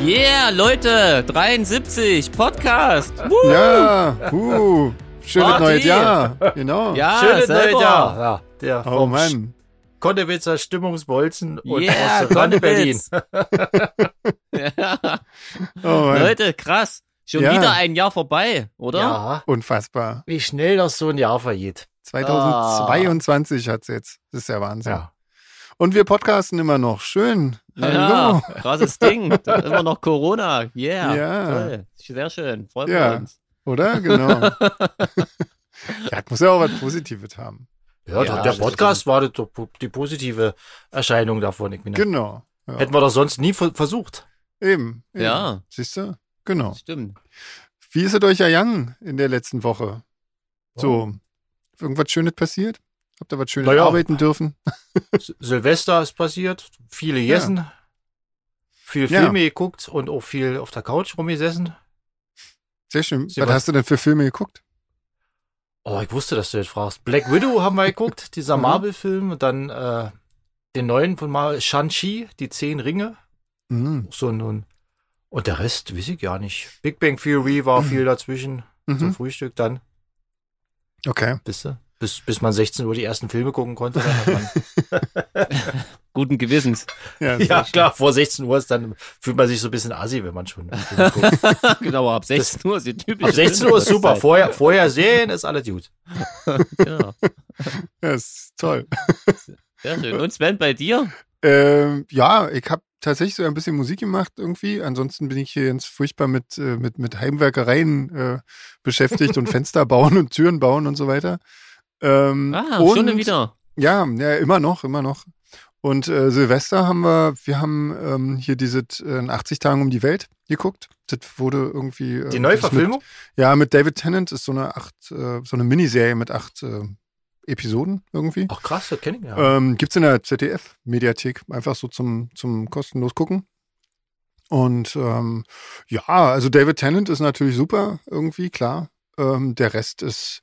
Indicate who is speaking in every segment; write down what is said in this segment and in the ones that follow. Speaker 1: Ja, Leute, 73, Podcast. Woo.
Speaker 2: Ja, uh, schönes
Speaker 1: Party.
Speaker 2: neues Jahr. Genau.
Speaker 1: Ja,
Speaker 3: Schönes
Speaker 1: selber.
Speaker 3: neues Jahr. Ja, Ah, der
Speaker 2: Oh
Speaker 3: vom
Speaker 2: Mann.
Speaker 3: Konnewitzer Stimmungsbolzen und
Speaker 1: Yeah,
Speaker 3: aus der Sonne Berlin.
Speaker 1: Konnewitz. Ja.
Speaker 2: Oh Mann.
Speaker 1: Leute, krass. Schon
Speaker 2: Ja.
Speaker 1: wieder ein Jahr vorbei, oder?
Speaker 3: Ja,
Speaker 2: Unfassbar.
Speaker 3: wie schnell das so ein Jahr vergeht.
Speaker 2: 2022 hat's jetzt. Das ist ja Wahnsinn.
Speaker 3: Ja.
Speaker 2: Und wir podcasten immer noch. Schön.
Speaker 1: Ja,
Speaker 2: Hallo.
Speaker 1: krasses Ding. Da ist Immer noch Corona. Yeah.
Speaker 2: Ja.
Speaker 1: Toll. Sehr schön. Freuen wir
Speaker 2: Ja.
Speaker 1: uns.
Speaker 2: Oder? Genau. ja, das muss ja auch was Positives haben.
Speaker 3: Ja,
Speaker 1: Ja,
Speaker 3: der
Speaker 1: das
Speaker 3: Podcast war das, doch die positive Erscheinung davon. Ich meine,
Speaker 2: Genau. Ja.
Speaker 3: Hätten wir das sonst nie ver- versucht.
Speaker 2: Eben. eben.
Speaker 1: Ja.
Speaker 2: Siehst du? Genau.
Speaker 1: Stimmt.
Speaker 2: Wie ist es euch ergangen in der letzten Woche? So, irgendwas Schönes passiert? Habt ihr was Schönes
Speaker 3: Na ja.
Speaker 2: arbeiten dürfen?
Speaker 3: S- Silvester ist passiert, viele gegessen, viel
Speaker 2: Ja.
Speaker 3: Filme geguckt und auch viel auf der Couch rumgesessen.
Speaker 2: Sehr schön.
Speaker 3: Sie
Speaker 2: was
Speaker 3: was-
Speaker 2: hast du denn für Filme geguckt?
Speaker 3: Oh, ich wusste, dass du das fragst. Black Widow haben wir geguckt, dieser
Speaker 2: Mhm.
Speaker 3: Marvel-Film und dann äh, den neuen von Marvel, Shang-Chi, die Zehn Ringe.
Speaker 2: Mhm.
Speaker 3: So nun. Und der Rest weiß ich gar nicht. Big Bang Theory war viel dazwischen zum
Speaker 2: Mhm.
Speaker 3: Frühstück dann,
Speaker 2: Okay.
Speaker 3: bis, bis, bis man 16 Uhr die ersten Filme gucken konnte. Dann hat man,
Speaker 1: Guten Gewissens.
Speaker 2: Ja,
Speaker 3: ja, klar, vor 16 Uhr ist dann fühlt man sich so ein bisschen assi, wenn man schon Filme guckt.
Speaker 1: genau, ab 16 Uhr ist die typische.
Speaker 3: Ab 16 Uhr ist super.
Speaker 1: Sendezeit.
Speaker 3: Vorher, vorher sehen ist alles gut.
Speaker 1: Genau.
Speaker 2: Ja, ist toll.
Speaker 1: Sehr schön. Und Sven, bei dir?
Speaker 2: Ähm, ja, ich habe tatsächlich so ein bisschen Musik gemacht irgendwie. Ansonsten bin ich hier ganz furchtbar mit, äh, mit, mit Heimwerkereien äh, beschäftigt und Fenster bauen und Türen bauen und so weiter. Ähm,
Speaker 1: Ah,
Speaker 2: und,
Speaker 1: schon wieder.
Speaker 2: Ja, ja, immer noch, immer noch. Und äh, Silvester haben wir, wir haben ähm, hier diese äh, in 80 Tagen um die Welt geguckt. Das wurde irgendwie. Äh,
Speaker 3: Die
Speaker 2: das mit-
Speaker 3: Neuverfilmung?
Speaker 2: Ja, mit David Tennant ist so eine acht, äh, so eine Miniserie mit acht äh, Episoden irgendwie.
Speaker 3: Ach krass, das kenne ich ja.
Speaker 2: Ähm, gibt's in der ZDF-Mediathek, einfach so zum, zum kostenlos gucken. Und ähm, ja, also David Tennant ist natürlich super, irgendwie, klar. Ähm, der Rest ist,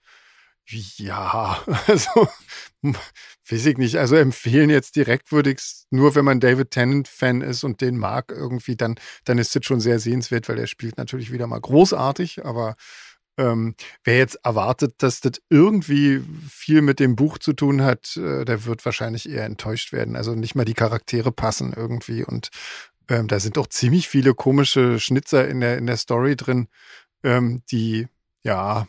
Speaker 2: ja, also, weiß ich nicht. Also empfehlen jetzt direkt würde ich's nur wenn man David Tennant-Fan ist und den mag irgendwie, dann, dann ist das schon sehr sehenswert, weil er spielt natürlich wieder mal großartig, aber ähm, wer jetzt erwartet, dass das irgendwie viel mit dem Buch zu tun hat, äh, der wird wahrscheinlich eher enttäuscht werden. Also nicht mal die Charaktere passen irgendwie. Und ähm, da sind auch ziemlich viele komische Schnitzer in der, in der Story drin, ähm, die ja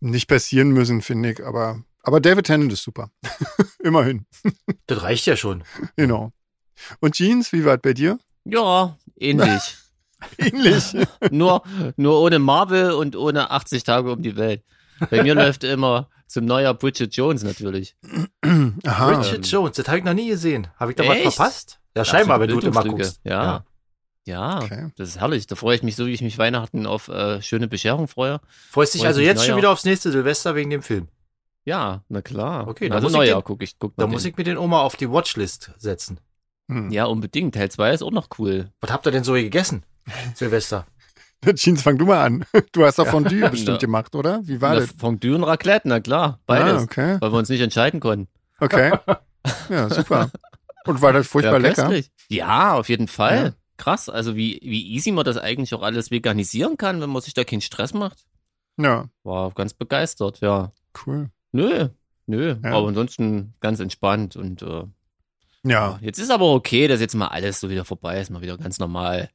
Speaker 2: nicht passieren müssen, finde ich. Aber, aber David Tennant ist super. Immerhin.
Speaker 3: Das reicht ja schon.
Speaker 2: Genau. Und Jeans, wie war es bei dir?
Speaker 1: Ja, ähnlich.
Speaker 2: Ähnlich.
Speaker 1: nur, nur ohne Marvel und ohne 80 Tage um die Welt. Bei mir läuft immer zum Neujahr Bridget Jones natürlich.
Speaker 2: Aha.
Speaker 1: Richtig.
Speaker 3: Bridget Jones, das habe ich noch nie gesehen. Habe ich da
Speaker 1: Echt?
Speaker 3: was verpasst? Ja, scheinbar, wenn du das immer
Speaker 1: Bildungsstücke.
Speaker 3: guckst.
Speaker 1: Ja. Ja,
Speaker 2: Okay.
Speaker 1: das ist herrlich. Da freue ich mich so, wie ich mich Weihnachten auf äh, schöne Bescherung freue.
Speaker 3: Freust dich
Speaker 1: Freut
Speaker 3: also
Speaker 1: mich,
Speaker 3: jetzt
Speaker 1: na
Speaker 3: schon
Speaker 1: ja.
Speaker 3: wieder aufs nächste Silvester wegen dem Film.
Speaker 1: Ja, na klar.
Speaker 3: Okay,
Speaker 1: na,
Speaker 3: da
Speaker 1: also
Speaker 3: muss ich
Speaker 1: Neujahr
Speaker 3: den-
Speaker 1: gucke ich. Guck
Speaker 3: Da
Speaker 1: mal
Speaker 3: muss
Speaker 1: den.
Speaker 3: ich mir den Oma auf die Watchlist setzen.
Speaker 2: Hm.
Speaker 1: Ja, unbedingt. Teil 2 ist auch noch cool.
Speaker 3: Was habt ihr denn so gegessen, Silvester?
Speaker 2: Jeans, fang du mal an. Du hast doch Fondue bestimmt gemacht, oder? Wie war
Speaker 1: na,
Speaker 2: das?
Speaker 1: Fondue und Raclette, na klar. Beides.
Speaker 2: Ah, okay.
Speaker 1: Weil wir uns nicht entscheiden konnten.
Speaker 2: Okay. Ja, super. Und war das furchtbar
Speaker 1: ja,
Speaker 2: lecker?
Speaker 1: köstlich. Ja, auf jeden Fall.
Speaker 2: Ja.
Speaker 1: Krass, also wie, wie easy man das eigentlich auch alles veganisieren kann, wenn man sich da keinen Stress macht.
Speaker 2: Ja,
Speaker 1: War ganz begeistert, ja.
Speaker 2: cool.
Speaker 1: Nö, nö.
Speaker 2: Ja.
Speaker 1: Aber ansonsten ganz entspannt und äh,
Speaker 2: Ja,
Speaker 1: jetzt ist aber okay, dass jetzt mal alles so wieder vorbei ist, mal wieder ganz normal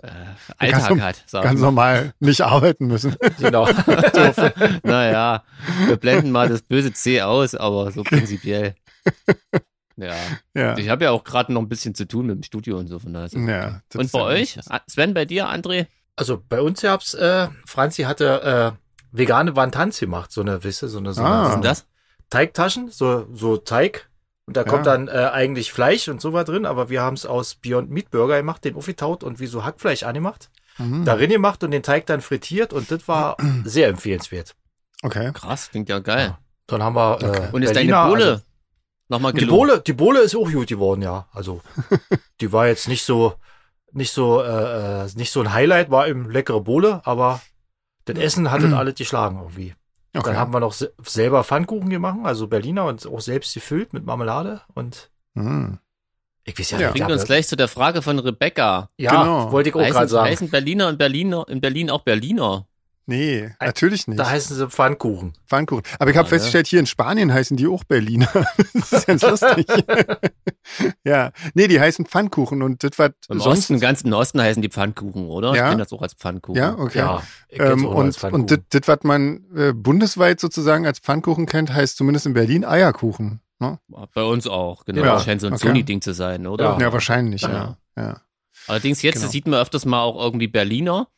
Speaker 1: äh,
Speaker 2: Ganz
Speaker 1: Alltag
Speaker 2: norm-
Speaker 1: hat. Sag
Speaker 2: ganz
Speaker 1: ich mal.
Speaker 2: normal. Nicht arbeiten müssen.
Speaker 3: Genau.
Speaker 1: naja, wir blenden mal das böse C aus, aber so prinzipiell. Ja,
Speaker 2: Ja,
Speaker 1: ich habe ja auch gerade noch ein bisschen zu tun mit dem Studio und so von daher. ist es
Speaker 2: ja das
Speaker 1: Und
Speaker 2: ist
Speaker 1: bei
Speaker 2: ja
Speaker 1: euch?
Speaker 2: wenigstens.
Speaker 1: Ah, Sven, bei dir, André?
Speaker 3: Also bei uns gab's, äh, Franzi hatte äh, vegane Wantans gemacht, so eine, wisst ihr, so eine, so eine
Speaker 2: Ah.
Speaker 3: so
Speaker 1: Und
Speaker 3: eine
Speaker 1: das?
Speaker 3: Teigtaschen, so, so Teig. Und da kommt
Speaker 2: Ja.
Speaker 3: dann äh, eigentlich Fleisch und so was drin, aber wir haben's aus Beyond Meat Burger gemacht, den aufgetaut und wie so Hackfleisch angemacht,
Speaker 2: Mhm.
Speaker 3: darin gemacht und den Teig dann frittiert und das war sehr empfehlenswert.
Speaker 2: Okay.
Speaker 1: Krass, klingt ja geil.
Speaker 3: Dann haben wir.
Speaker 2: Okay.
Speaker 3: Äh,
Speaker 1: Und ist
Speaker 3: Berliner,
Speaker 1: deine Bohle
Speaker 3: also-
Speaker 1: nochmal
Speaker 3: die
Speaker 2: Genau.
Speaker 1: gelobt?
Speaker 3: Bohle, die Bohle ist auch gut geworden, ja. Also die war jetzt nicht so, nicht so, äh, äh, nicht so ein Highlight, war eben leckere Bohle, aber das Essen hat das alles geschlagen irgendwie.
Speaker 2: Mhm. okay.
Speaker 3: Dann haben wir noch se selber Pfannkuchen gemacht, also Berliner und auch selbst gefüllt mit Marmelade und
Speaker 2: Mhm.
Speaker 3: Ich weiß ja,
Speaker 2: Ja.
Speaker 3: nicht,
Speaker 1: Bringt
Speaker 3: ja,
Speaker 1: uns gleich zu der Frage von Rebecca.
Speaker 3: Ja,
Speaker 2: Genau.
Speaker 3: wollte ich auch
Speaker 1: heißen,
Speaker 3: gerade sagen.
Speaker 1: heißen Berliner und Berliner in Berlin auch Berliner?
Speaker 2: Nee, natürlich nicht.
Speaker 3: da heißen sie Pfannkuchen.
Speaker 2: Pfannkuchen. Aber ich habe
Speaker 1: Ah,
Speaker 2: festgestellt, hier in Spanien heißen die auch Berliner. das ist ganz lustig. ja. Nee, die heißen Pfannkuchen und das war
Speaker 1: Im
Speaker 2: sonst.
Speaker 1: Osten, ganz im Osten heißen die Pfannkuchen, oder?
Speaker 2: Ja.
Speaker 1: Ich kenne das auch als Pfannkuchen.
Speaker 2: ja, okay.
Speaker 3: Ja, ich kenn's
Speaker 2: ähm,
Speaker 3: auch nur als
Speaker 2: und
Speaker 3: Pfannkuchen.
Speaker 2: und das, das, was man äh, bundesweit sozusagen als Pfannkuchen kennt, heißt zumindest in Berlin Eierkuchen. Ne?
Speaker 1: Bei uns auch, genau.
Speaker 2: Ja,
Speaker 1: Das scheint so ein
Speaker 2: okay.
Speaker 1: Sony-Ding zu sein, oder?
Speaker 2: Ja, wahrscheinlich,
Speaker 1: Ja. Also
Speaker 2: ja. ja.
Speaker 1: Allerdings jetzt
Speaker 2: Genau.
Speaker 1: sieht man öfters mal auch irgendwie Berliner.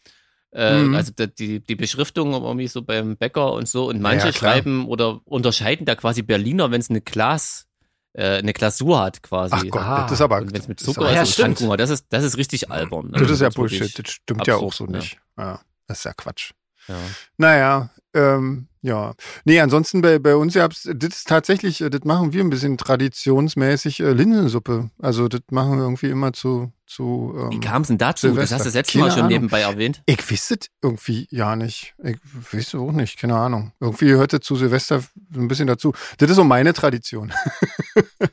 Speaker 1: Äh,
Speaker 2: Mhm.
Speaker 1: Also da- die, die Beschriftung irgendwie so beim Bäcker und so. Und manche
Speaker 2: Ja, klar.
Speaker 1: schreiben oder unterscheiden da quasi Berliner, wenn es eine Glas, äh, eine Glasur hat quasi.
Speaker 2: Ach Gott,
Speaker 3: Ah,
Speaker 2: das ist aber.
Speaker 1: Und wenn es mit
Speaker 2: das ist
Speaker 1: Zucker
Speaker 2: aber-
Speaker 1: ist
Speaker 3: Ja,
Speaker 1: und
Speaker 3: stimmt.
Speaker 1: Pfannkuchen, das ist, das ist richtig albern. Also
Speaker 2: Das ist ja
Speaker 1: wirklich-
Speaker 2: Bullshit. Das stimmt ja
Speaker 1: absurd,
Speaker 2: auch so
Speaker 1: ja.
Speaker 2: nicht. Ja, das ist ja Quatsch.
Speaker 1: Ja.
Speaker 2: Naja, ähm, ja. Nee, ansonsten bei, bei uns, ja, das ist tatsächlich, äh, das machen wir ein bisschen traditionsmäßig äh, Linsensuppe. Also, das machen wir irgendwie immer zu. zu ähm,
Speaker 1: Wie kam es denn dazu? Das
Speaker 2: Silvester.
Speaker 1: hast du das letzte
Speaker 2: Keine
Speaker 1: Mal schon
Speaker 2: Ahnung.
Speaker 1: nebenbei erwähnt.
Speaker 2: ich wüsste das irgendwie ja nicht. Ich wüsste auch nicht, keine Ahnung. Irgendwie gehört das zu Silvester so ein bisschen dazu. Das ist so meine Tradition,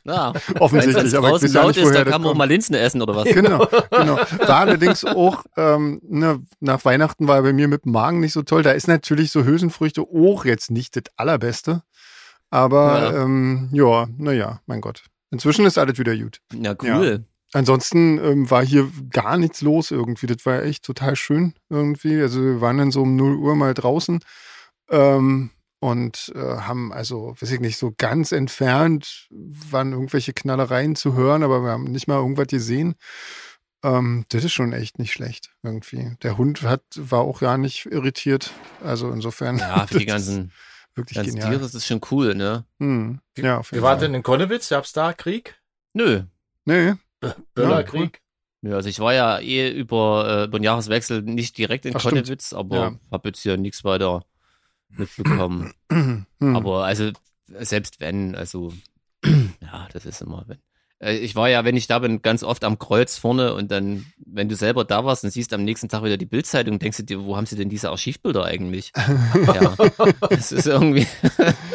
Speaker 1: Ja. Wenn es
Speaker 2: offensichtlich. Aber ich
Speaker 1: draußen
Speaker 2: weiß ja
Speaker 1: laut
Speaker 2: nicht,
Speaker 1: ist,
Speaker 2: woher
Speaker 1: dann
Speaker 2: das
Speaker 1: kann man auch
Speaker 2: kommt.
Speaker 1: mal Linsen essen oder was.
Speaker 2: Genau, genau. War allerdings auch, ähm, ne, nach Weihnachten war bei mir mit dem Magen nicht so toll. Da ist natürlich so Hülsenfrüchte auch jetzt nicht das Allerbeste. Aber
Speaker 1: Ja.
Speaker 2: ja, ähm, ja naja, mein Gott. Inzwischen ist alles wieder gut.
Speaker 1: Na cool.
Speaker 2: Ansonsten ähm, war hier gar nichts los irgendwie. Das war echt total schön irgendwie. Also wir waren dann so um 0 Uhr mal draußen ähm, und äh, haben also, weiß ich nicht, so ganz entfernt waren irgendwelche Knallereien zu hören, aber wir haben nicht mal irgendwas gesehen. Ähm, das ist schon echt nicht schlecht irgendwie. Der Hund hat, war auch gar nicht irritiert. Also insofern.
Speaker 1: Ja, Ah, für die
Speaker 2: das ist
Speaker 1: ganzen,
Speaker 2: wirklich
Speaker 1: ganzen
Speaker 2: genial.
Speaker 1: Tiere ist es schon cool, ne?
Speaker 2: Hm. Ja, auf
Speaker 3: Wir
Speaker 2: jeden
Speaker 3: waren
Speaker 2: Fall.
Speaker 3: denn in Konnewitz, gab's da Krieg?
Speaker 1: Nö,
Speaker 2: Nee,
Speaker 3: Böllerkrieg?
Speaker 1: Nö, also ich war ja eh über, äh, über den Jahreswechsel nicht direkt in
Speaker 2: Ach, stimmt.
Speaker 1: Konnewitz, aber
Speaker 2: Ja.
Speaker 1: habe jetzt hier nichts weiter mitbekommen.
Speaker 2: hm.
Speaker 1: Aber also, selbst wenn, also, ja, das ist immer, wenn. Äh, Ich war ja, wenn ich da bin, ganz oft am Kreuz vorne und dann, wenn du selber da warst und siehst am nächsten Tag wieder die Bildzeitung, denkst du dir, wo haben sie denn diese Archivbilder eigentlich? ja, das ist irgendwie,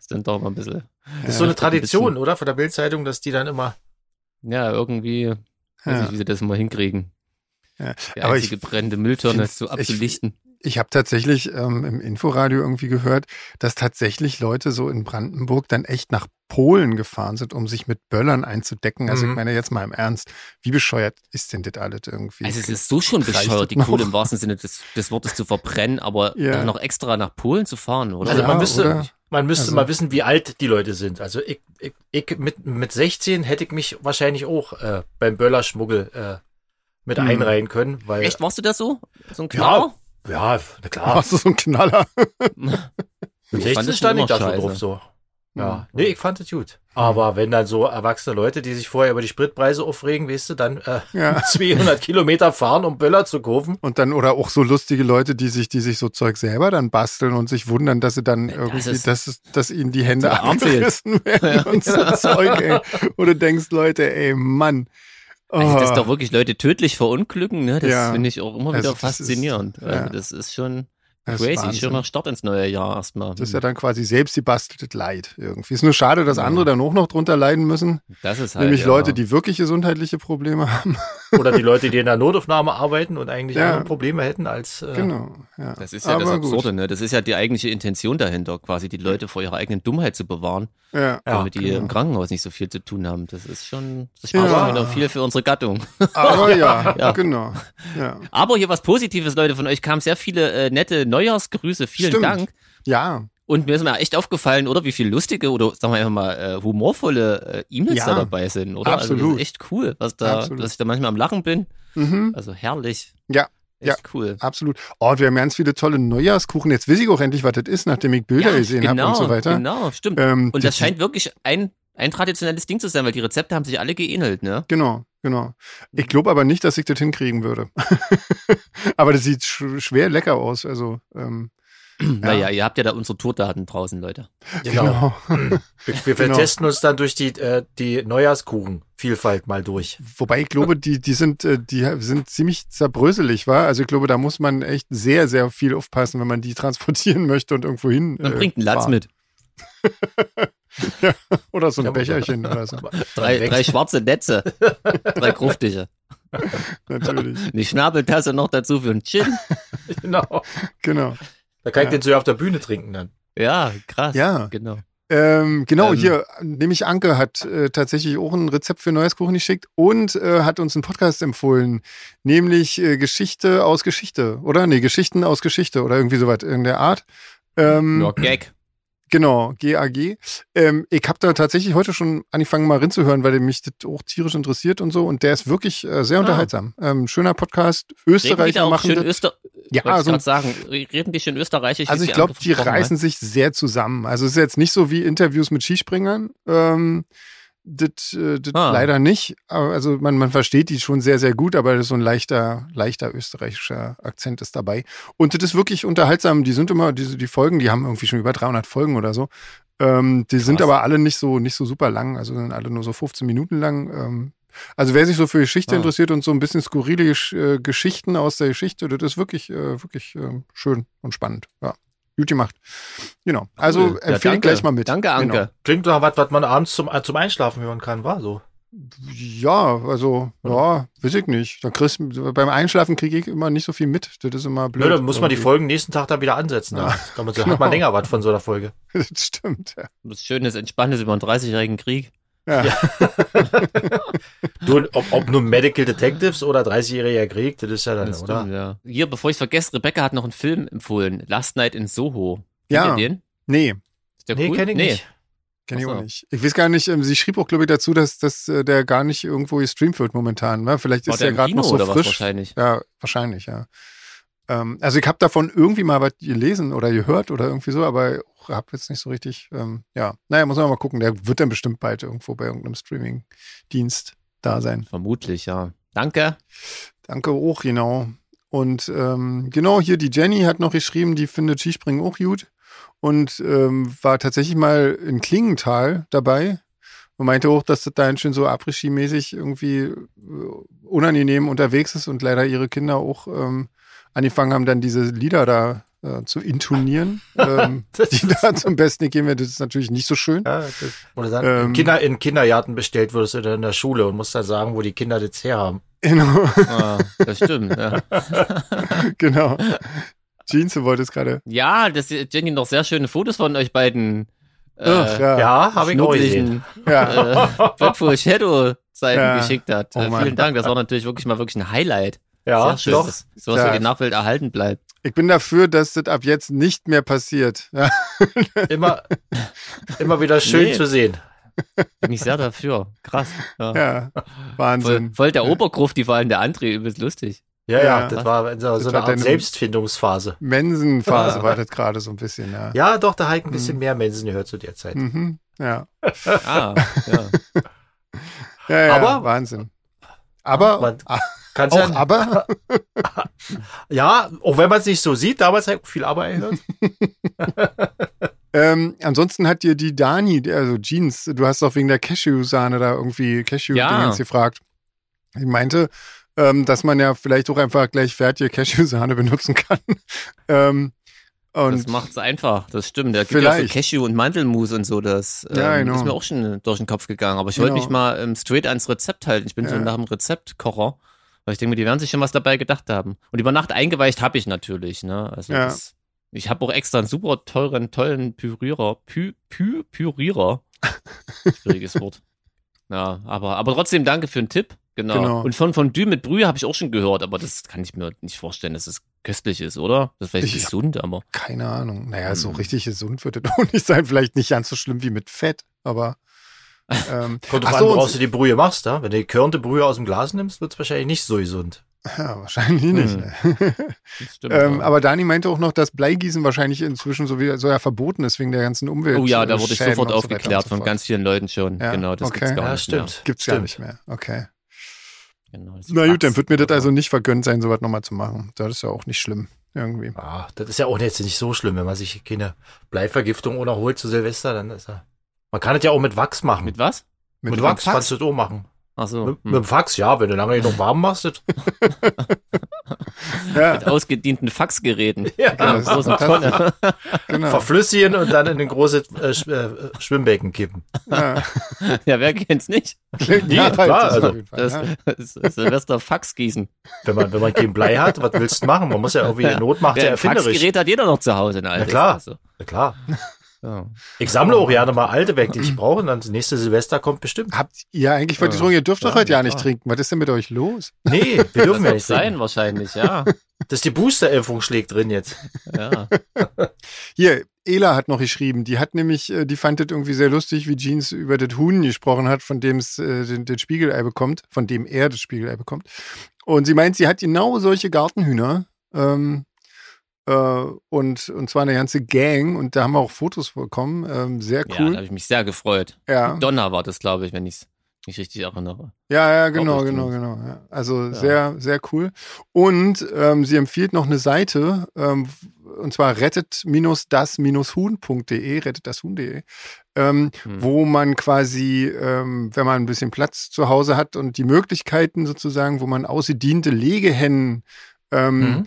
Speaker 1: ist dann doch mal ein bisschen,
Speaker 3: Das ist so eine
Speaker 1: das wird ein
Speaker 3: Tradition,
Speaker 1: bisschen-
Speaker 3: oder? Von der Bildzeitung, dass die dann immer.
Speaker 1: ja, irgendwie, weiß
Speaker 2: Ja.
Speaker 1: nicht, wie sie das mal hinkriegen.
Speaker 2: Ja,
Speaker 1: Die
Speaker 2: aber
Speaker 1: einzige
Speaker 2: ich
Speaker 1: brennende Mülltonne
Speaker 2: find's-
Speaker 1: zu
Speaker 2: ich-
Speaker 1: abzulichten.
Speaker 2: Ich habe tatsächlich ähm, im Inforadio irgendwie gehört, dass tatsächlich Leute so in Brandenburg dann echt nach Polen gefahren sind, um sich mit Böllern einzudecken. Also
Speaker 3: Mhm.
Speaker 2: ich meine jetzt mal im Ernst, wie bescheuert ist denn das alles irgendwie?
Speaker 1: Also es ist so schon
Speaker 2: Reicht
Speaker 1: bescheuert, die
Speaker 2: noch.
Speaker 1: Kohle im wahrsten Sinne des, des Wortes zu verbrennen, aber
Speaker 2: Ja.
Speaker 1: dann noch extra nach Polen zu fahren, oder?
Speaker 3: Also man müsste-
Speaker 2: oder?
Speaker 3: Man müsste
Speaker 2: Also-
Speaker 3: mal wissen, wie alt die Leute sind. Also ich, ich, ich mit, mit 16 hätte ich mich wahrscheinlich auch äh, beim Böllerschmuggel äh, mit
Speaker 2: Hm.
Speaker 3: einreihen können, weil.
Speaker 1: Echt, warst du das so? So ein
Speaker 3: Ja,
Speaker 1: Knaller?
Speaker 3: ja, na klar.
Speaker 2: Hast du so einen Knaller?
Speaker 3: Mit
Speaker 1: Ich fand
Speaker 3: 16
Speaker 1: das
Speaker 3: stand
Speaker 1: schon
Speaker 3: ich da
Speaker 1: immer
Speaker 3: schon drauf
Speaker 1: scheiße.
Speaker 3: so.
Speaker 2: Ja.
Speaker 3: Ja, nee, ich fand es gut. Aber wenn dann so erwachsene Leute, die sich vorher über die Spritpreise aufregen, weißt du, dann äh,
Speaker 2: Ja.
Speaker 3: 200 Kilometer fahren, um Böller zu kaufen.
Speaker 2: Und dann, oder auch so lustige Leute, die sich, die sich so Zeug selber dann basteln und sich wundern, dass sie dann irgendwie,
Speaker 1: ist-
Speaker 2: dass, es, dass ihnen die Hände
Speaker 1: der Arm fehlt.
Speaker 2: abgerissen werden und so Zeug, ey. Und du denkst, Leute, ey, Mann.
Speaker 1: Also das
Speaker 2: Oh.
Speaker 1: ist doch wirklich Leute tödlich verunglücken, ne? Das
Speaker 2: Ja.
Speaker 1: finde ich auch immer
Speaker 2: Also
Speaker 1: wieder
Speaker 2: das ist-
Speaker 1: faszinierend.
Speaker 2: ja.
Speaker 1: Also das ist schon
Speaker 2: Das ist
Speaker 1: crazy.
Speaker 2: Wahnsinn.
Speaker 1: Schon noch Start ins neue Jahr erstmal.
Speaker 2: Das ist ja dann quasi selbst gebasteltes Leid irgendwie. Ist nur schade, dass andere dann auch noch drunter leiden müssen.
Speaker 1: Das ist halt.
Speaker 2: nämlich
Speaker 1: ja.
Speaker 2: Leute, die wirklich gesundheitliche Probleme haben.
Speaker 3: Oder die Leute, die in der Notaufnahme arbeiten und eigentlich
Speaker 2: Ja.
Speaker 3: andere Probleme hätten als. Äh,
Speaker 2: Genau. Ja.
Speaker 1: Das ist ja das
Speaker 2: Aber gut.
Speaker 1: Absurde, ne? Das ist ja die eigentliche Intention dahinter, quasi die Leute vor ihrer eigenen Dummheit zu bewahren,
Speaker 2: Ja.
Speaker 3: Ja,
Speaker 1: damit die
Speaker 2: genau.
Speaker 1: im Krankenhaus nicht so viel zu tun haben. Das ist schon, das
Speaker 2: Ja.
Speaker 1: spricht schon wieder viel für unsere Gattung.
Speaker 2: Aber ja,
Speaker 1: Ja.
Speaker 2: genau. Ja,
Speaker 1: Aber hier was Positives, Leute, von euch kamen sehr viele äh, nette Neujahrsgrüße. Vielen
Speaker 2: Stimmt.
Speaker 1: Dank.
Speaker 2: ja.
Speaker 1: Und mir ist mal echt aufgefallen, oder wie viel lustige oder sagen wir einfach mal äh, humorvolle äh, E-Mails
Speaker 2: Ja.
Speaker 1: da dabei sind, oder? Also das
Speaker 2: Absolut.
Speaker 1: ist echt cool, was da,
Speaker 2: Absolut.
Speaker 1: dass ich da manchmal am Lachen bin.
Speaker 2: Mhm.
Speaker 1: Also herrlich.
Speaker 2: Ja.
Speaker 1: Echt
Speaker 2: Ja.
Speaker 1: cool.
Speaker 2: Absolut. Oh, und wir haben ganz viele tolle Neujahrskuchen. Jetzt weiß ich auch endlich, was das ist, nachdem ich Bilder gesehen habe und so weiter.
Speaker 1: Genau, stimmt.
Speaker 2: Ähm,
Speaker 1: und das scheint wirklich ein, ein traditionelles Ding zu sein, weil die Rezepte haben sich alle geähnelt, ne?
Speaker 2: Genau, genau. Ich glaube aber nicht, dass ich das hinkriegen würde. aber das sieht sch schwer lecker aus. Also, ähm,
Speaker 1: Naja, ihr habt ja da unsere Tourdaten draußen, Leute.
Speaker 3: Genau. Wir, wir
Speaker 2: Genau.
Speaker 3: testen uns dann durch die, äh, die Neujahrskuchenvielfalt mal durch.
Speaker 2: Wobei ich glaube, die, die sind, äh, die sind ziemlich zerbröselig, war. Also ich glaube, da muss man echt sehr, sehr viel aufpassen, wenn man die transportieren möchte und irgendwo hin.
Speaker 1: Dann
Speaker 2: äh,
Speaker 1: bringt einen Latz
Speaker 2: fahren.
Speaker 1: mit.
Speaker 2: Oder so
Speaker 3: Ja,
Speaker 2: ein
Speaker 3: aber-
Speaker 2: Becherchen oder so.
Speaker 1: Drei,
Speaker 3: Weg.
Speaker 1: drei schwarze Netze. drei gruftige.
Speaker 2: Natürlich.
Speaker 1: Eine Schnabeltasse noch dazu für einen Gin.
Speaker 3: Genau.
Speaker 2: Genau.
Speaker 3: Da kann ich
Speaker 2: Ja.
Speaker 3: den so auf der Bühne trinken dann.
Speaker 1: Ja, krass.
Speaker 2: Ja.
Speaker 1: Genau.
Speaker 2: Ähm, genau,
Speaker 1: Ähm.
Speaker 2: hier, nämlich Anke hat äh, tatsächlich auch ein Rezept für neues Kuchen geschickt und äh, hat uns einen Podcast empfohlen, nämlich äh, Geschichte aus Geschichte, oder? Nee, Geschichten aus Geschichte oder irgendwie sowas in der Art. Ähm,
Speaker 1: Nur Gag.
Speaker 2: Genau, GAG. Ähm, ich habe da tatsächlich heute schon angefangen, mal reinzuhören, weil mich das auch tierisch interessiert und so. Und der ist wirklich äh, sehr unterhaltsam. Ähm, schöner Podcast.
Speaker 1: Reden die da
Speaker 2: Österreicher
Speaker 1: Ah. auch
Speaker 2: machen
Speaker 1: schön
Speaker 2: das.
Speaker 1: Öster wollte ich
Speaker 2: Ja, also-
Speaker 1: grad sagen. Reden die ne? schön österreichisch?
Speaker 2: Also
Speaker 1: wie
Speaker 2: ich glaube, die
Speaker 1: angesprochen haben?
Speaker 2: reißen sich sehr zusammen. Also es ist jetzt nicht so wie Interviews mit Skispringern. Ähm, das äh, das
Speaker 1: Ah.
Speaker 2: leider nicht. Aber Also man, man versteht die schon sehr, sehr gut, aber so ein leichter, leichter österreichischer Akzent ist dabei. Und das ist wirklich unterhaltsam. Die sind immer, die, die Folgen, die haben irgendwie schon über 300 Folgen oder so. Ähm, die sind
Speaker 1: Krass.
Speaker 2: aber alle nicht so, nicht so super lang. Also sind alle nur so 15 Minuten lang. Ähm, also wer sich so für Geschichte
Speaker 1: Ah.
Speaker 2: interessiert und so ein bisschen skurrile Gesch- äh, Geschichten aus der Geschichte, das ist wirklich, äh, wirklich äh, schön und spannend. Ja. Gut gemacht. Genau. Also
Speaker 1: Cool. Ja, danke.
Speaker 2: empfehle ich gleich mal mit. Genau.
Speaker 1: Danke, Anke.
Speaker 3: Klingt doch was, was man abends zum, äh, zum Einschlafen hören kann, war so.
Speaker 2: Genau. Ja, also, ja, weiß ich nicht. Da kriegst, beim Einschlafen kriege ich immer nicht so viel mit. Das ist immer blöd.
Speaker 3: Blöd, dann muss man die
Speaker 2: Irgendwie.
Speaker 3: Folgen nächsten Tag dann wieder ansetzen.
Speaker 2: Ja.
Speaker 3: Ja. Damit so,
Speaker 2: Genau.
Speaker 3: hat man länger was von so einer Folge.
Speaker 2: Das stimmt. Ja.
Speaker 1: Das Schöne ist, entspanntes über einen 30-jährigen Krieg.
Speaker 2: Ja.
Speaker 3: Du, ob, ob nun Medical Detectives oder 30-jähriger Krieg, das ist ja dann,
Speaker 1: Das
Speaker 3: oder?
Speaker 1: stimmt, ja. Hier, bevor ich vergesse, Rebecca hat noch einen Film empfohlen. Last Night in Soho.
Speaker 2: Ja.
Speaker 1: Kennt ihr den?
Speaker 2: Nee,
Speaker 1: Ist der
Speaker 3: Nee,
Speaker 1: cool?
Speaker 3: kenn ich nicht.
Speaker 2: kenne ich
Speaker 1: Ach so.
Speaker 2: auch nicht. Ich weiß gar nicht, ähm, sie schrieb auch, glaube ich, dazu, dass, dass äh, der gar nicht irgendwo gestreamt wird momentan. Ne? Vielleicht
Speaker 1: War
Speaker 2: ist
Speaker 1: der
Speaker 2: der
Speaker 1: im
Speaker 2: gerade
Speaker 1: Kino
Speaker 2: noch so
Speaker 1: oder was
Speaker 2: frisch.
Speaker 1: wahrscheinlich?
Speaker 2: Ja, wahrscheinlich, ja. Ähm, also ich habe davon irgendwie mal was gelesen oder gehört oder irgendwie so, aber habe jetzt nicht so richtig, ähm, ja. Naja, muss man mal gucken. Der wird dann bestimmt bald irgendwo bei irgendeinem Streaming-Dienst da sein.
Speaker 1: Vermutlich, ja. Danke.
Speaker 2: Danke auch, genau. Und ähm, genau, hier die Jenny hat noch geschrieben, die findet Skispringen auch gut und ähm, war tatsächlich mal in Klingenthal dabei und meinte auch, dass das da ein schön so Après-Ski-mäßig irgendwie äh, unangenehm unterwegs ist und leider ihre Kinder auch ähm, angefangen haben, dann diese Lieder da äh, zu intonieren, ähm,
Speaker 3: Das
Speaker 2: die
Speaker 3: ist-
Speaker 2: da zum Besten gegeben werden. Das ist natürlich nicht so schön.
Speaker 3: Ja, das, oder dann
Speaker 2: Ähm.
Speaker 3: in, Kinder, in Kindergarten bestellt würdest oder in der Schule und musst dann sagen, wo die Kinder das her haben.
Speaker 2: Genau.
Speaker 1: Ah, das stimmt. Ja,
Speaker 2: genau. Jeans, du wolltest gerade.
Speaker 1: ja das äh, Jenny noch sehr schöne Fotos von euch beiden. Äh,
Speaker 2: Ach, ja.
Speaker 3: ja, habe ich auch gesehen.
Speaker 2: ja.
Speaker 1: äh, Dreadful Shadow Seiten
Speaker 2: Ja.
Speaker 1: geschickt hat.
Speaker 2: Oh
Speaker 1: äh,
Speaker 2: Mann.
Speaker 1: vielen Dank, das war natürlich wirklich mal wirklich ein Highlight.
Speaker 3: Ja,
Speaker 1: Sehr schön,
Speaker 3: doch.
Speaker 1: dass sowas
Speaker 2: Ja.
Speaker 1: für die Nachwelt erhalten bleibt.
Speaker 2: Ich bin dafür, dass das ab jetzt nicht mehr passiert. Ja,
Speaker 3: Immer, immer wieder schön
Speaker 1: Nee.
Speaker 3: zu sehen.
Speaker 1: Bin ich sehr dafür. Krass. Ja.
Speaker 2: ja.
Speaker 1: voll,
Speaker 2: Wahnsinn.
Speaker 1: voll der Obergruft, die vor allem der André übelst lustig.
Speaker 3: Ja, ja,
Speaker 2: Ja.
Speaker 3: das war so, so
Speaker 2: war
Speaker 3: eine Art
Speaker 2: deine-
Speaker 3: Selbstfindungsphase.
Speaker 2: Mensenphase war das gerade so ein bisschen, ja.
Speaker 3: Ja, doch, da habe ich ein
Speaker 2: Hm.
Speaker 3: bisschen mehr Mensen gehört zu der Zeit.
Speaker 2: Mhm. Ja.
Speaker 1: Ah, ja.
Speaker 2: Ja, ja,
Speaker 3: Aber-
Speaker 2: Wahnsinn. Aber,
Speaker 3: Man-
Speaker 2: ah,
Speaker 3: Kannst
Speaker 2: auch
Speaker 3: ja,
Speaker 2: aber,
Speaker 3: ja, auch wenn man es nicht so sieht, damals habe ich viel Aber gehört.
Speaker 2: ähm, ansonsten hat dir die Dani, also Jeans, du hast doch wegen der Cashew-Sahne da irgendwie
Speaker 1: Ja.
Speaker 2: Cashew-Dingens gefragt. Ich meinte, ähm, dass man ja vielleicht auch einfach gleich fertige Cashew-Sahne benutzen kann. ähm,
Speaker 1: Das
Speaker 2: und
Speaker 1: macht's einfach, das stimmt. Da gibt ja auch so
Speaker 2: Vielleicht.
Speaker 1: Cashew und Mandelmus und so. Das ähm,
Speaker 2: Ja, genau.
Speaker 1: ist mir auch schon durch den Kopf gegangen. Aber ich wollte
Speaker 2: Genau.
Speaker 1: mich mal ähm, straight ans Rezept halten. Ich bin so
Speaker 2: Ja.
Speaker 1: nach dem Rezeptkocher. Weil ich denke mir, die werden sich schon was dabei gedacht haben. Und über Nacht eingeweicht habe ich natürlich. Ne? Also
Speaker 2: Ja.
Speaker 1: das, ich habe auch extra einen super teuren, tollen Pürierer. Pü, Pü, Pürierer. Schwieriges Wort. Ja, aber, aber trotzdem danke für den Tipp. Genau.
Speaker 2: Genau.
Speaker 1: Und von Fondue mit Brühe habe ich auch schon gehört, aber das kann ich mir nicht vorstellen, dass es köstlich ist, oder? Das ist vielleicht
Speaker 2: Ich-
Speaker 1: gesund, aber.
Speaker 2: keine Ahnung. Naja, so
Speaker 1: Hm.
Speaker 2: richtig gesund wird das auch nicht sein. Vielleicht nicht ganz so schlimm wie mit Fett, aber. Ähm,
Speaker 3: Kommt drauf
Speaker 2: ach
Speaker 3: an,
Speaker 2: so, und-
Speaker 3: woraus du die Brühe machst. Ja? Wenn du die körnte Brühe aus dem Glas nimmst, wird es wahrscheinlich nicht so gesund.
Speaker 2: Ja, wahrscheinlich nicht.
Speaker 1: Das stimmt,
Speaker 2: ähm,
Speaker 1: ja.
Speaker 2: aber Dani meinte Hm. auch noch, dass Bleigießen wahrscheinlich inzwischen so wieder so ja verboten ist wegen der ganzen Umwelt.
Speaker 1: Oh ja, da
Speaker 2: äh,
Speaker 1: wurde ich
Speaker 2: Schäden
Speaker 1: sofort
Speaker 2: und so weiter
Speaker 1: aufgeklärt
Speaker 2: und so
Speaker 1: von
Speaker 2: fort.
Speaker 1: ganz vielen Leuten schon.
Speaker 2: Ja,
Speaker 1: Genau, das
Speaker 2: okay.
Speaker 1: gibt's gar
Speaker 3: Ja,
Speaker 1: nicht
Speaker 3: stimmt.
Speaker 2: Gibt's
Speaker 3: stimmt.
Speaker 2: gar nicht mehr. Okay.
Speaker 1: mehr. Genau, das ist
Speaker 2: Na gut, dann
Speaker 1: Quatsch.
Speaker 2: wird mir das also nicht vergönnt sein, sowas nochmal zu machen. Das ist ja auch nicht schlimm. Irgendwie.
Speaker 3: Ah, das ist ja auch jetzt nicht so schlimm, wenn man sich keine Bleivergiftung oder holt zu Silvester, dann ist er. Man kann es ja auch mit Wachs machen.
Speaker 1: Mit was?
Speaker 3: Mit,
Speaker 2: Mit
Speaker 3: Wachs
Speaker 2: Wachs?
Speaker 3: kannst du das auch machen.
Speaker 1: Ach so.
Speaker 3: Mit,
Speaker 1: hm.
Speaker 3: mit dem Fax, ja, wenn du lange genug warm machst. das-
Speaker 2: Ja,
Speaker 1: Mit ausgedienten Faxgeräten.
Speaker 3: Ja.
Speaker 1: Genau,
Speaker 2: das ist
Speaker 1: großen
Speaker 2: fantastisch.
Speaker 1: Tonne.
Speaker 2: genau.
Speaker 3: Verflüssigen und dann in ein großes äh, Sch- äh, Schwimmbecken kippen.
Speaker 2: Ja.
Speaker 1: Ja, wer kennt's nicht?
Speaker 2: Klingt
Speaker 3: Nee,
Speaker 2: nach,
Speaker 3: klar,
Speaker 2: das
Speaker 3: also
Speaker 2: auf jeden Fall,
Speaker 1: Das,
Speaker 2: ja.
Speaker 1: das ist Silvester Faxgießen.
Speaker 3: Wenn man, wenn man kein Blei hat, was willst du machen? Man muss ja irgendwie in Not macht ja,
Speaker 1: Ja, ein
Speaker 3: erfinderisch.
Speaker 1: Faxgerät hat jeder noch zu Hause. Na
Speaker 3: Ja, klar.
Speaker 1: Also,
Speaker 3: Ja, klar.
Speaker 1: ja.
Speaker 3: Ich sammle auch gerne mal alte weg, die ich brauche. Und dann das nächste Silvester kommt bestimmt.
Speaker 2: Habt ihr eigentlich wollt ihr
Speaker 1: Ja.
Speaker 2: sagen, ihr dürft doch
Speaker 3: Ja,
Speaker 2: heute ja
Speaker 3: na
Speaker 2: nicht
Speaker 3: klar.
Speaker 2: trinken. Was ist denn mit euch los?
Speaker 3: Nee, wir
Speaker 1: Das
Speaker 3: dürfen ja
Speaker 1: wird
Speaker 3: nicht sein.
Speaker 1: sein wahrscheinlich, ja.
Speaker 3: Das ist die Boosterimpfung schlägt drin jetzt.
Speaker 1: ja.
Speaker 2: Hier, Ela hat noch geschrieben, die hat nämlich, äh, die fand das irgendwie sehr lustig, wie Jeans über das Huhn gesprochen hat, von dem es äh, den, den Spiegelei bekommt, von dem er das Spiegelei bekommt. Und sie meint, sie hat genau solche Gartenhühner. Ähm, äh, und, und zwar eine ganze Gang. Und da haben wir auch Fotos bekommen. Ähm, sehr
Speaker 1: ja, da
Speaker 2: cool.
Speaker 1: habe ich mich sehr gefreut.
Speaker 2: Ja, ja,
Speaker 1: Donner war das, glaube ich, wenn ich es nicht richtig erinnere.
Speaker 2: ja, genau,
Speaker 1: Glaub ich
Speaker 2: genau, genau.
Speaker 1: zumindest.
Speaker 2: Ja. Also
Speaker 1: Ja.
Speaker 2: sehr, sehr cool. Und ähm, sie empfiehlt noch eine Seite, ähm, und zwar rettet-das-huhn.de, rettetdashuhn.de. Ähm,
Speaker 1: Hm.
Speaker 2: wo man quasi, ähm, wenn man ein bisschen Platz zu Hause hat und die Möglichkeiten sozusagen, wo man ausgediente Legehennen
Speaker 1: Hm.
Speaker 2: ähm,
Speaker 3: Mhm.